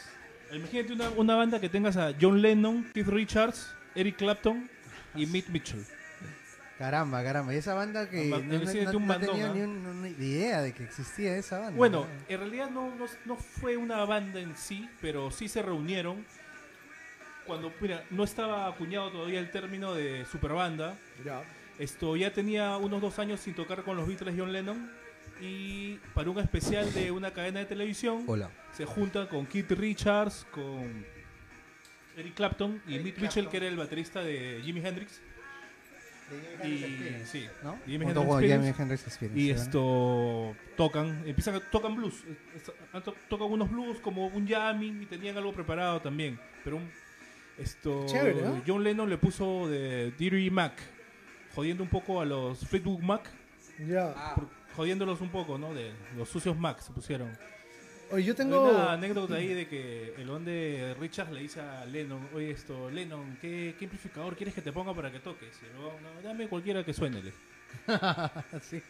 C: Imagínate una, una banda que tengas a John Lennon, Keith Richards, Eric Clapton y Mitch Mitchell.
D: Caramba, caramba. Y esa banda que
C: Un
D: no,
C: ba- imagínate
D: no-
C: un
D: no
C: bandón,
D: tenía
C: ¿ah?
D: ni un- una idea de que existía esa banda.
C: Bueno,
D: ¿no?
C: en realidad no, no, no fue una banda en sí, pero sí se reunieron. Cuando, mira, no estaba acuñado todavía el término de superbanda.
B: Ya.
C: Esto ya tenía unos dos años sin tocar con los Beatles John Lennon. Y para un especial de una cadena de televisión,
E: Hola.
C: se junta con Keith Richards, con Eric Clapton y
D: Eric
C: Mitch Mitchell,
D: Clapton.
C: que era el baterista de Jimi Hendrix.
D: De
C: Y,
D: Jimi Hendrix Experience,
C: sí,
D: ¿no?
C: Jimi Hendrix
D: Junto con
C: Experience.
D: Jimi Hendrix Experience,
C: Y
D: ¿verdad?
C: esto tocan, empiezan a tocan blues, eh, esto- han to- tocan unos blues como un jamming y tenían algo preparado también, pero un- esto
B: Chévere, ¿no?
C: John Lennon le puso de Dirty Mac, jodiendo un poco a los Fleetwood Mac,
B: Ya.
E: Ah,
C: por- jodiéndolos un poco, ¿no? De los sucios Mac se pusieron.
B: Oye, yo
C: Hay
B: tengo.
C: una anécdota ahí de que el donde Richard le dice a Lennon, oye esto, Lennon, ¿qué, qué amplificador quieres que te ponga para que toques? Y luego, "No, dame cualquiera que suene. le".
D: Sí.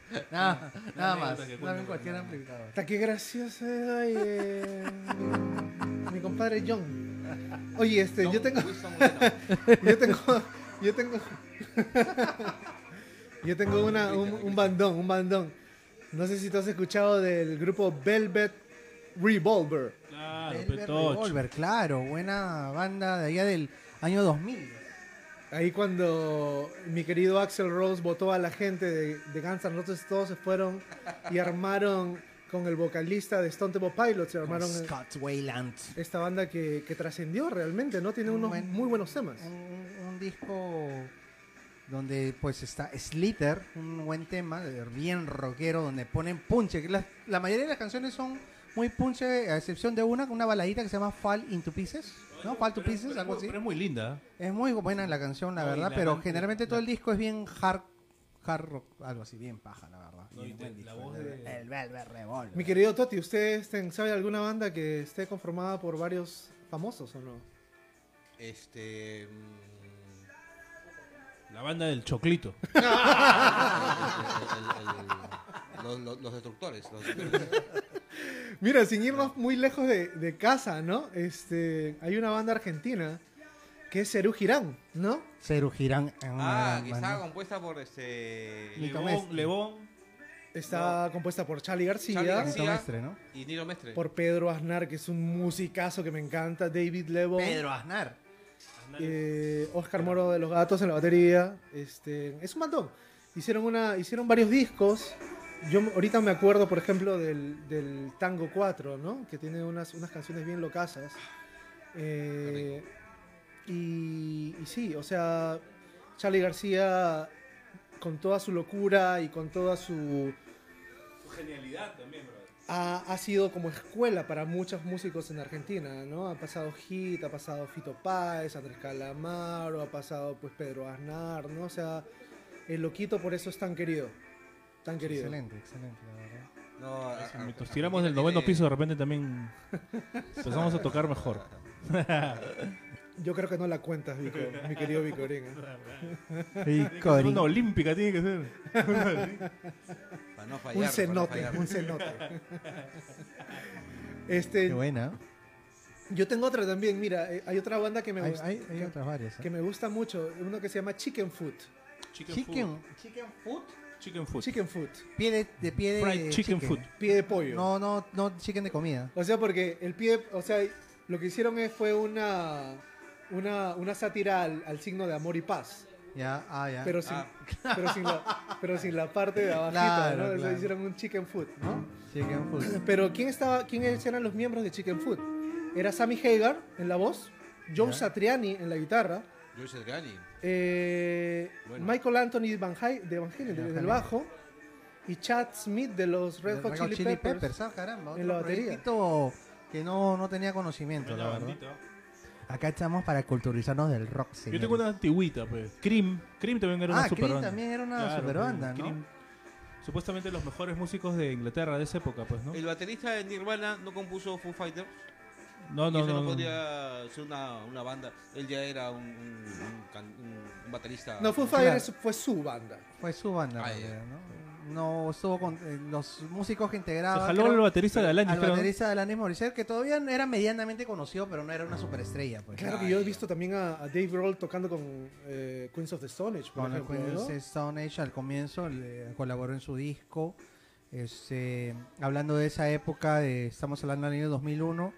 D: nada, nada
C: anécdota
D: más.
C: que cuento,
D: Dame
C: pero
D: cualquier
C: nada.
D: amplificador.
B: Está qué gracioso es hoy, eh, mi compadre John. Oye, este, yo tengo, yo tengo, yo tengo, yo tengo una, un, un bandón, un bandón. No sé si tú has escuchado del grupo Velvet Revolver.
C: Claro,
D: Velvet
C: petocho.
D: Revolver, claro, buena banda de allá del año 2000.
B: Ahí cuando mi querido Axel Rose votó a la gente de, de Guns N' Roses, todos se fueron y armaron con el vocalista de Stone Temple Pilots, se
D: Con
B: armaron
D: Scott Wayland.
B: esta banda que, que trascendió realmente, ¿no? Tiene
D: Un
B: unos
D: buen-
B: muy buenos temas.
C: Pues.
D: Un, un disco donde pues está Slither, un buen tema, de- bien rockero, donde ponen punche. que La, la mayoría de las canciones son muy punche, a excepción de una, una baladita que se llama Fall into Pieces, ¿no? Fall to
C: Pero-
D: Pieces,
C: pero-
D: algo así.
C: Pero es muy linda. ¿eh?
D: Es muy buena la canción, la
C: No, y
D: verdad,
C: la
D: pero
C: can-
D: generalmente
C: la-
D: todo el disco es bien hard, hard rock, algo así, bien paja, la verdad.
C: No,
D: Bien
C: y
D: buen
C: te- la
D: disco,
C: voz
D: el-
C: de-
D: El Velvet Revolver.
B: Mi querido Toti, ¿usted este, sabe alguna banda que esté conformada por varios famosos o no?
E: Este. mm,
C: La banda del Choclito.
E: el- el- el- los, los- los destructores. Los destructores.
B: Mira, sin irnos muy lejos de, de casa, ¿no? Este, hay una banda argentina que es Cerú Girán, ¿no?
D: Cero Girán. en una
E: Ah,
D: gran
E: que
D: banda.
E: estaba compuesta por este.
D: Nico Mestre.
C: Lebón, Lebón.
D: Eh,
B: Está compuesta por Charlie García,
E: Charly García.
D: Benito Mestre, ¿no?
E: Y Nilo Mestre.
B: por Pedro Aznar, que es un musicazo que me encanta, David Levo,
D: Pedro Aznar.
B: eh, Oscar Moro de los Gatos en la batería, este, es un montón. Hicieron, una, hicieron varios discos. Yo m- ahorita me acuerdo, por ejemplo, del, del Tango 4, ¿no? Que tiene unas, unas canciones bien locasas. Eh, y, y sí, o sea, Charlie García con toda su locura y con toda su...
C: Su genialidad también, brother.
B: Ha, ha sido como escuela para muchos músicos en Argentina, ¿no? Ha pasado Hit, ha pasado Fito Páez, Andrés Calamaro, ha pasado pues Pedro Aznar, ¿no? O sea, el loquito por eso es tan querido. Tan querido.
D: Excelente, excelente, la verdad.
E: No, a- a-
C: Nos Ah, tiramos del
E: Argentina
C: noveno
E: tiene-
C: piso, de repente también empezamos a tocar mejor.
B: Yo creo que no la cuentas, Vico, mi querido Vicorín. ¿eh?
C: Tiene que ser Una olímpica tiene que ser.
E: Para
B: Un
E: no fallar. para no
B: cenote,
E: fallar.
B: un cenote. Este,
D: Qué buena.
B: yo tengo otra también, mira, eh, hay otra banda que me,
D: Hay,
B: gusta,
D: hay- hay
B: que-
D: otras varias. ¿eh?
B: que me gusta mucho, uno que se llama Chicken Foot.
C: Chicken.
D: Chicken, eh, chicken Foot.
C: Chicken food.
B: Chicken food.
D: Pie de, de pie de
C: Fried chicken, food.
B: Pie de pollo.
D: No, no, no chicken de comida.
B: O sea, porque el pie, de- o sea, lo que hicieron es- fue una, una, una sátira al, al signo de amor y paz.
D: Ya, ah, ya.
B: Pero sin,
E: Ah.
B: pero, sin la, pero sin la parte de abajito,
D: Claro,
B: ¿no? O sea,
D: claro.
B: hicieron un chicken food, ¿no?
D: Chicken food.
B: Pero ¿quién estaba, quiénes eran los miembros de Chicken Food? Era Sammy Hagar en la voz, Joe
D: Ya.
B: Satriani en la guitarra,
E: Joyce Adriani.
B: eh,
E: Bueno.
B: Michael Anthony Van Hy- de Van Halen, de- del
D: Halen.
B: bajo, y Chad Smith de los Red
D: Del
B: Hot Chili, Peppers.
D: ah, caramba.
B: en la
D: otro
B: batería.
D: proyectito que no, no tenía conocimiento,
C: Una
D: la verdad.
C: bandita.
D: Acá estamos para culturizarnos del rock,
C: Yo
D: señores.
C: tengo una antigüita, pues. Cream. Cream también era
D: Ah,
C: una super
D: Cream
C: banda.
D: también era una super
C: pues,
D: banda, ¿no?
C: Cream. Supuestamente los mejores músicos de Inglaterra de esa época, pues, ¿no?
E: El baterista de Nirvana no compuso Foo Fighters.
C: No,
E: y
C: no,
E: eso no,
C: no. no.
E: podría ser una, una banda. Él ya era un, un- un can- un- un baterista.
B: No, Foo
D: Claro.
B: Fighters fue su banda.
D: Fue su banda,
E: Ah,
D: en
E: ya.
D: realidad, ¿no? No estuvo con eh, los músicos que
C: Se
D: integraban.
C: jaló
D: Ah, creo,
C: el baterista de Alanis,
D: al
C: creo. ¿no?
D: baterista de Alanis Morissette, que todavía no era medianamente conocido, pero no era una superestrella. Pues.
B: Claro que yo he visto también a, a Dave Grohl tocando con eh, Queens of the Stone Age, por
D: Con el
B: ejemplo,
D: Queen
B: ¿no?
D: of Stone Age al comienzo, le- colaboró en su disco. Este, hablando de esa época, de, estamos hablando del año 2001,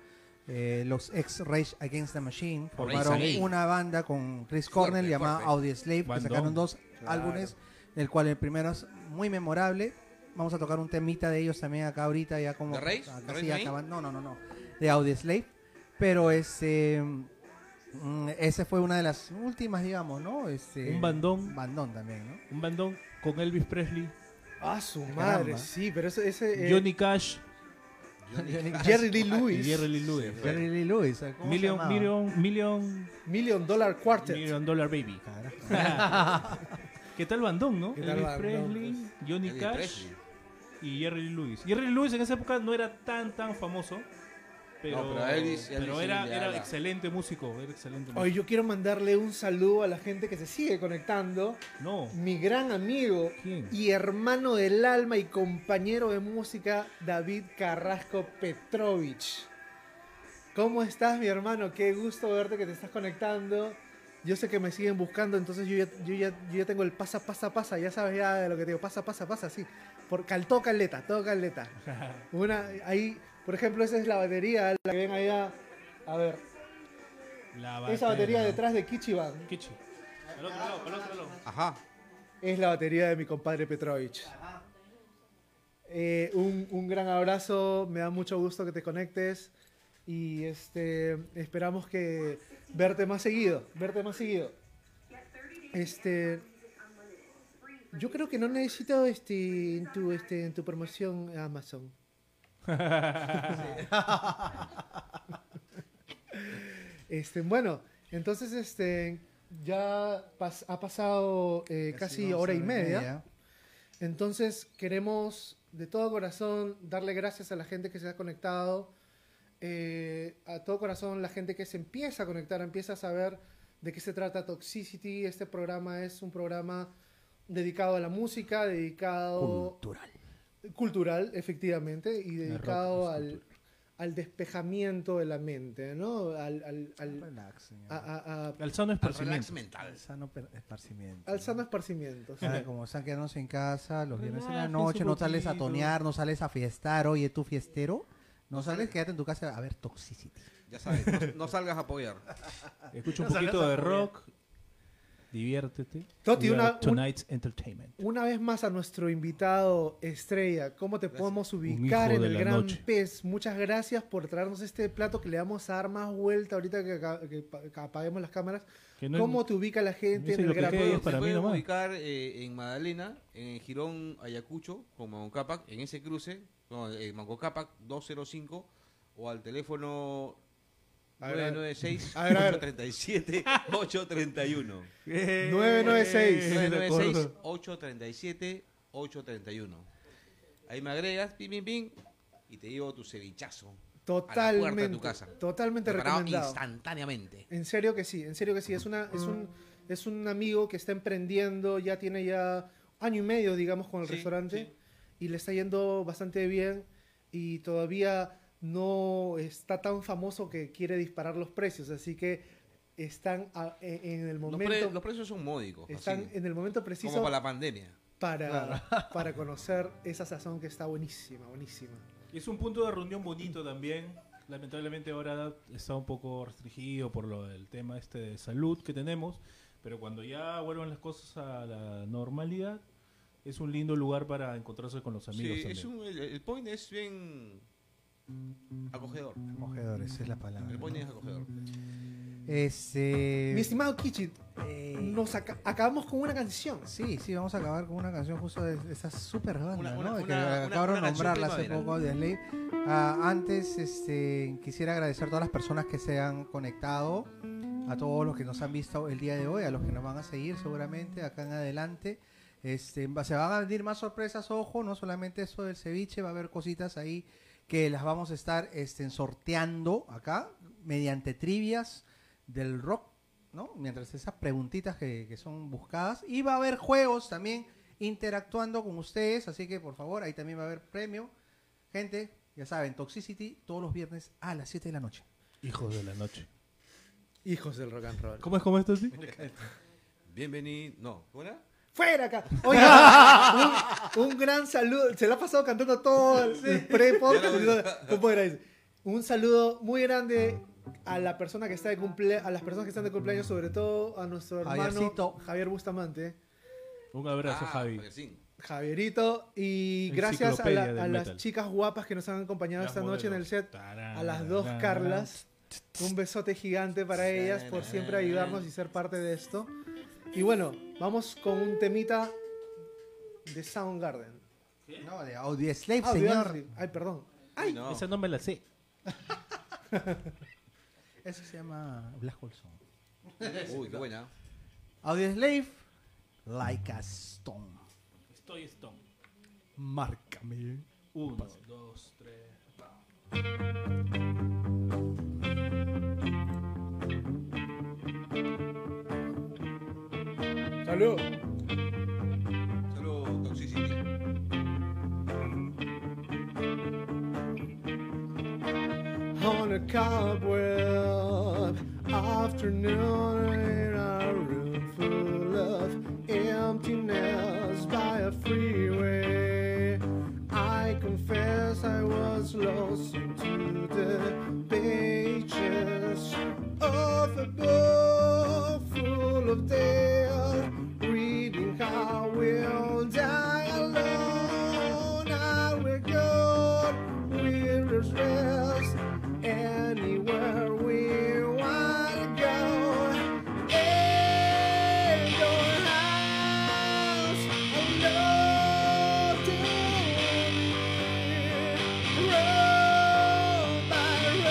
D: eh, los ex Rage Against the Machine formaron
E: Against.
D: una banda con Chris
E: Fuerte,
D: Cornell llamada
E: fuerte.
D: Audio Slave, que
C: Bandón.
D: sacaron dos álbumes, del cual el primero es muy memorable. Vamos a tocar un temita de ellos también acá ahorita, ya como...
E: ¿De Rage?
D: acá
E: ¿De
D: sí,
E: Rage
D: ya
E: ahí?
D: acaban- no, no, no, no, de Audio Slave. Pero este... mm, Esa fue una de las últimas, digamos, ¿no? Este,
C: Un bandón.
D: Bandón también, ¿no?
C: Un bandón con Elvis Presley,
D: Eh,
B: Ah, su madre,
D: Caramba.
B: sí, pero ese... ese eh,
C: Johnny Cash
B: Jerry Lee
C: y
B: Lewis,
C: Jerry Lee Lewis.
E: Sí.
D: Jerry Lee Lewis. ¿cómo se
C: Million,
D: llamaba?
C: million, million,
B: Million Dollar Quartet.
C: million Dollar Baby.
D: Carajo.
C: ¿Qué tal bandón, no?
B: ¿Qué tal
C: Elvis
B: bandón, pues?
C: Presley, Johnny
E: Elvis
C: Cash
E: Presley.
C: y Jerry Lee Lewis. Jerry Lee Lewis en esa época no era tan, tan famoso. Pero,
E: No, pero a Elvis-
C: pero
E: Elvis sí
C: era,
E: le
C: era
E: habla.
C: excelente músico. Era excelente músico.
B: Hoy yo quiero mandarle un saludo a la gente que se sigue conectando.
C: No.
B: Mi gran amigo
C: ¿Quién?
B: y hermano del alma y compañero de música, David Carrasco Petrovich. ¿Cómo estás, mi hermano? Qué gusto verte que te estás conectando. Yo sé que me siguen buscando, entonces yo ya, yo ya, yo ya tengo el pasa, pasa, pasa. Ya sabes ya de lo que te digo, pasa, pasa, pasa, sí. Por cal, todo caleta, todo caleta. Una, ahí, por ejemplo, esa es la batería, la que ven allá. A ver,
C: La
B: esa batería detrás de Kichiban
C: Qué chido. Al otro lado, al otro lado.
E: Ajá.
B: es la batería de mi compadre Petrovich. Eh, un, un gran abrazo, me da mucho gusto que te conectes y este, esperamos que verte más seguido, verte más seguido. Este, yo creo que no necesito este, en, tu, este, en tu promoción Amazon. este, bueno, entonces este, ya pas- ha pasado eh, casi,
D: dos
B: hora y
D: horas
B: media. Entonces queremos de todo corazón darle gracias a la gente que se ha conectado, eh, a todo corazón la gente que se empieza a conectar, empieza a saber de qué se trata Toxicity. Este programa es un programa dedicado a la música, dedicado
D: Cultural.
B: cultural, efectivamente, y
C: rock
B: dedicado
C: es
B: al, al despejamiento de la mente, ¿no? Al, al, al,
D: Relax, señor.
B: a- a- a-
C: Al sano
E: Al relax
C: esparcimiento.
E: mental.
D: Sano per- esparcimiento.
B: al sano esparcimiento. sí.
D: Ahora, como están quedándose en casa los viernes en la
C: Relájense
D: noche,
C: un
D: no sales a
C: poquito.
D: tonear, no sales a fiestar, oye, tú fiestero, no sales, quédate en tu casa a ver Toxicity.
E: Ya sabes, no, no salgas a apoyar.
C: Ah, Escucha un poquito de rock. Diviértete.
B: Toti,
C: You are
B: una- un-
C: Tonight's Entertainment.
B: Una vez más a nuestro invitado estrella, ¿cómo te podemos ubicar
C: hijo
B: en
C: de
B: el
C: la
B: gran
C: noche.
B: pez? Muchas gracias por traernos este plato que le vamos a dar más vuelta ahorita que, aca- que pa- que apaguemos las cámaras.
C: Que no-
B: ¿Cómo te ubica la gente
C: Yo
B: en
C: sé
B: el
C: lo que
B: gran
C: queda
B: pez?
C: es para
E: se
C: mí
E: pueden
C: nomás.
E: ubicar eh, en Magdalena, en el Girón Ayacucho, con Mancocapac, en ese cruce, no, eh, en Mancocapac 205, o al teléfono
B: A ver, a ver.
E: 996-837-831. Eh,
B: 996.
E: 996-837-831. Ahí me agregas, pim, pim, pim, y te llevo tu cevichazo. a la puerta
B: Totalmente,
E: de tu casa.
B: totalmente
E: Preparado
B: recomendado.
E: instantáneamente.
B: En serio que sí, en serio que sí. Es, una, es, un,
E: Ah.
B: es un amigo que está emprendiendo, ya tiene ya año y medio, digamos, con el
E: Sí,
B: restaurante
E: sí.
B: y le está yendo bastante bien y todavía no está tan famoso que quiere disparar los precios, así que están a- e, en en el
E: Los,
B: momento,
E: pre- los precios son módicos.
B: están
E: así,
B: en el momento
E: como
B: preciso
E: para la pandemia.
B: para, para conocer esa sazón que está buenísima, buenísima.
C: Y es un punto de reunión bonito también. Lamentablemente ahora está un poco restringido por lo del tema este de salud que tenemos, pero cuando ya vuelvan las cosas a la normalidad, es un lindo lugar para encontrarse con los amigos.
E: Sí, es
C: también.
E: un- el, el point es bien acogedor.
D: Acogedores, es la
C: Ah.
D: palabra.
E: El point es acogedor.
D: Este.
B: Mi estimado Kichit,
D: eh,
B: nos aca- acabamos con una canción.
D: Sí, sí, vamos a acabar con una canción justo de esa super banda,
E: Una-
D: ¿no?
E: una-
D: que
E: una-
D: acabaron
E: una- una
D: de nombrarla hace
E: canción
D: poco, de Slade. Ah, antes, este, quisiera agradecer a todas las personas que se han conectado, a todos los que nos han visto el día de hoy, a los que nos van a seguir seguramente acá en adelante. Este, va- se van a venir más sorpresas, ojo, no solamente eso del ceviche, va a haber cositas ahí que las vamos a estar este, sorteando acá mediante trivias del rock, ¿no? Mientras esas preguntitas que, que son buscadas. Y va a haber juegos también interactuando con ustedes, así que por favor, ahí también va a haber premio. Gente, ya saben, Toxicity todos los viernes a las 7 de la noche.
C: Hijos de la noche.
B: Hijos del rock and roll.
C: ¿Cómo es como esto así?
E: Bienvenido. No, ¿cómo era?
B: ¡Fuera acá! Oiga, un, un gran saludo. Se la ha pasado cantando todo el pre-podcast. y todo. ¿Cómo era eso? Un saludo muy grande a la persona que está de cumple a las personas que están de cumpleaños, sobre todo a nuestro hermano
D: Javiercito.
B: Javier Bustamante,
C: Un abrazo,
E: Ah,
C: Javi.
E: Javier,
B: Javierito, y gracias a, la-
C: Enciclopedia del
B: a las
C: metal.
B: chicas guapas que nos han acompañado esta noche en el set, a las dos Carlas. Un besote gigante para ellas por siempre ayudarnos y ser parte de esto. Y bueno, vamos con un temita de Soundgarden.
D: No, de Audio Slave,
B: Ah, de
D: señor.
B: Anthony. Ay, perdón.
E: Ay, no.
C: Esa no me la sé.
D: Eso se llama Black Hole Song.
E: Uy, qué buena.
D: Audio Slave, Like a Stone.
C: Estoy stone.
D: Márcame.
C: Uno, dos, tres. pa.
B: Salud.
E: Solo toxicity.
B: On a cobweb afternoon in a room full of emptiness by a freeway. I confess I was lost into the pages of a book full of death, reading how we'll die alone. I will go where there's rest, anywhere we want to go. And your house, Road by road,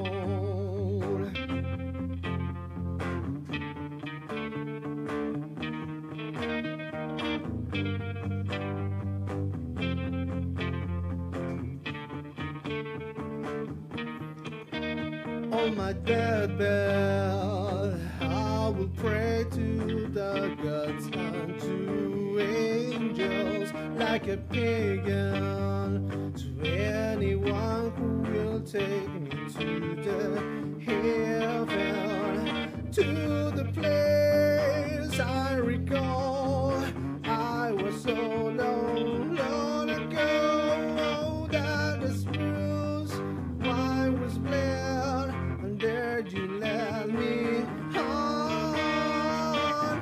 B: Alone. on my deathbed, I will pray to the gods and to angels like a pagan, to anyone who will take me to the heaven, to the place I recall. I was so long, long ago that the spruce I was bled, and there you let me on.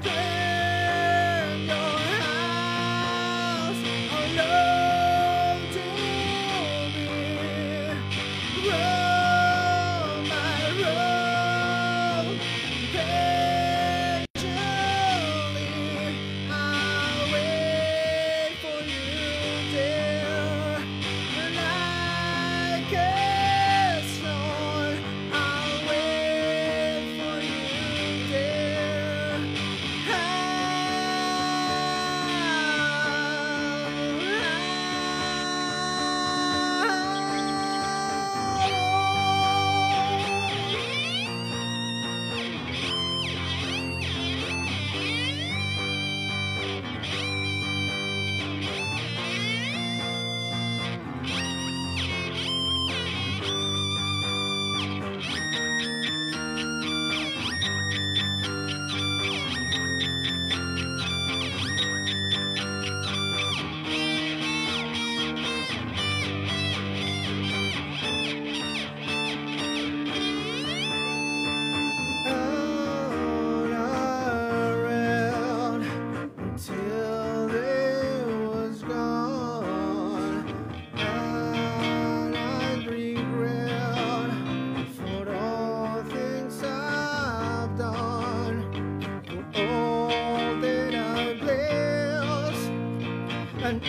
B: Turn your house alone to me. Roam my road,
D: tan-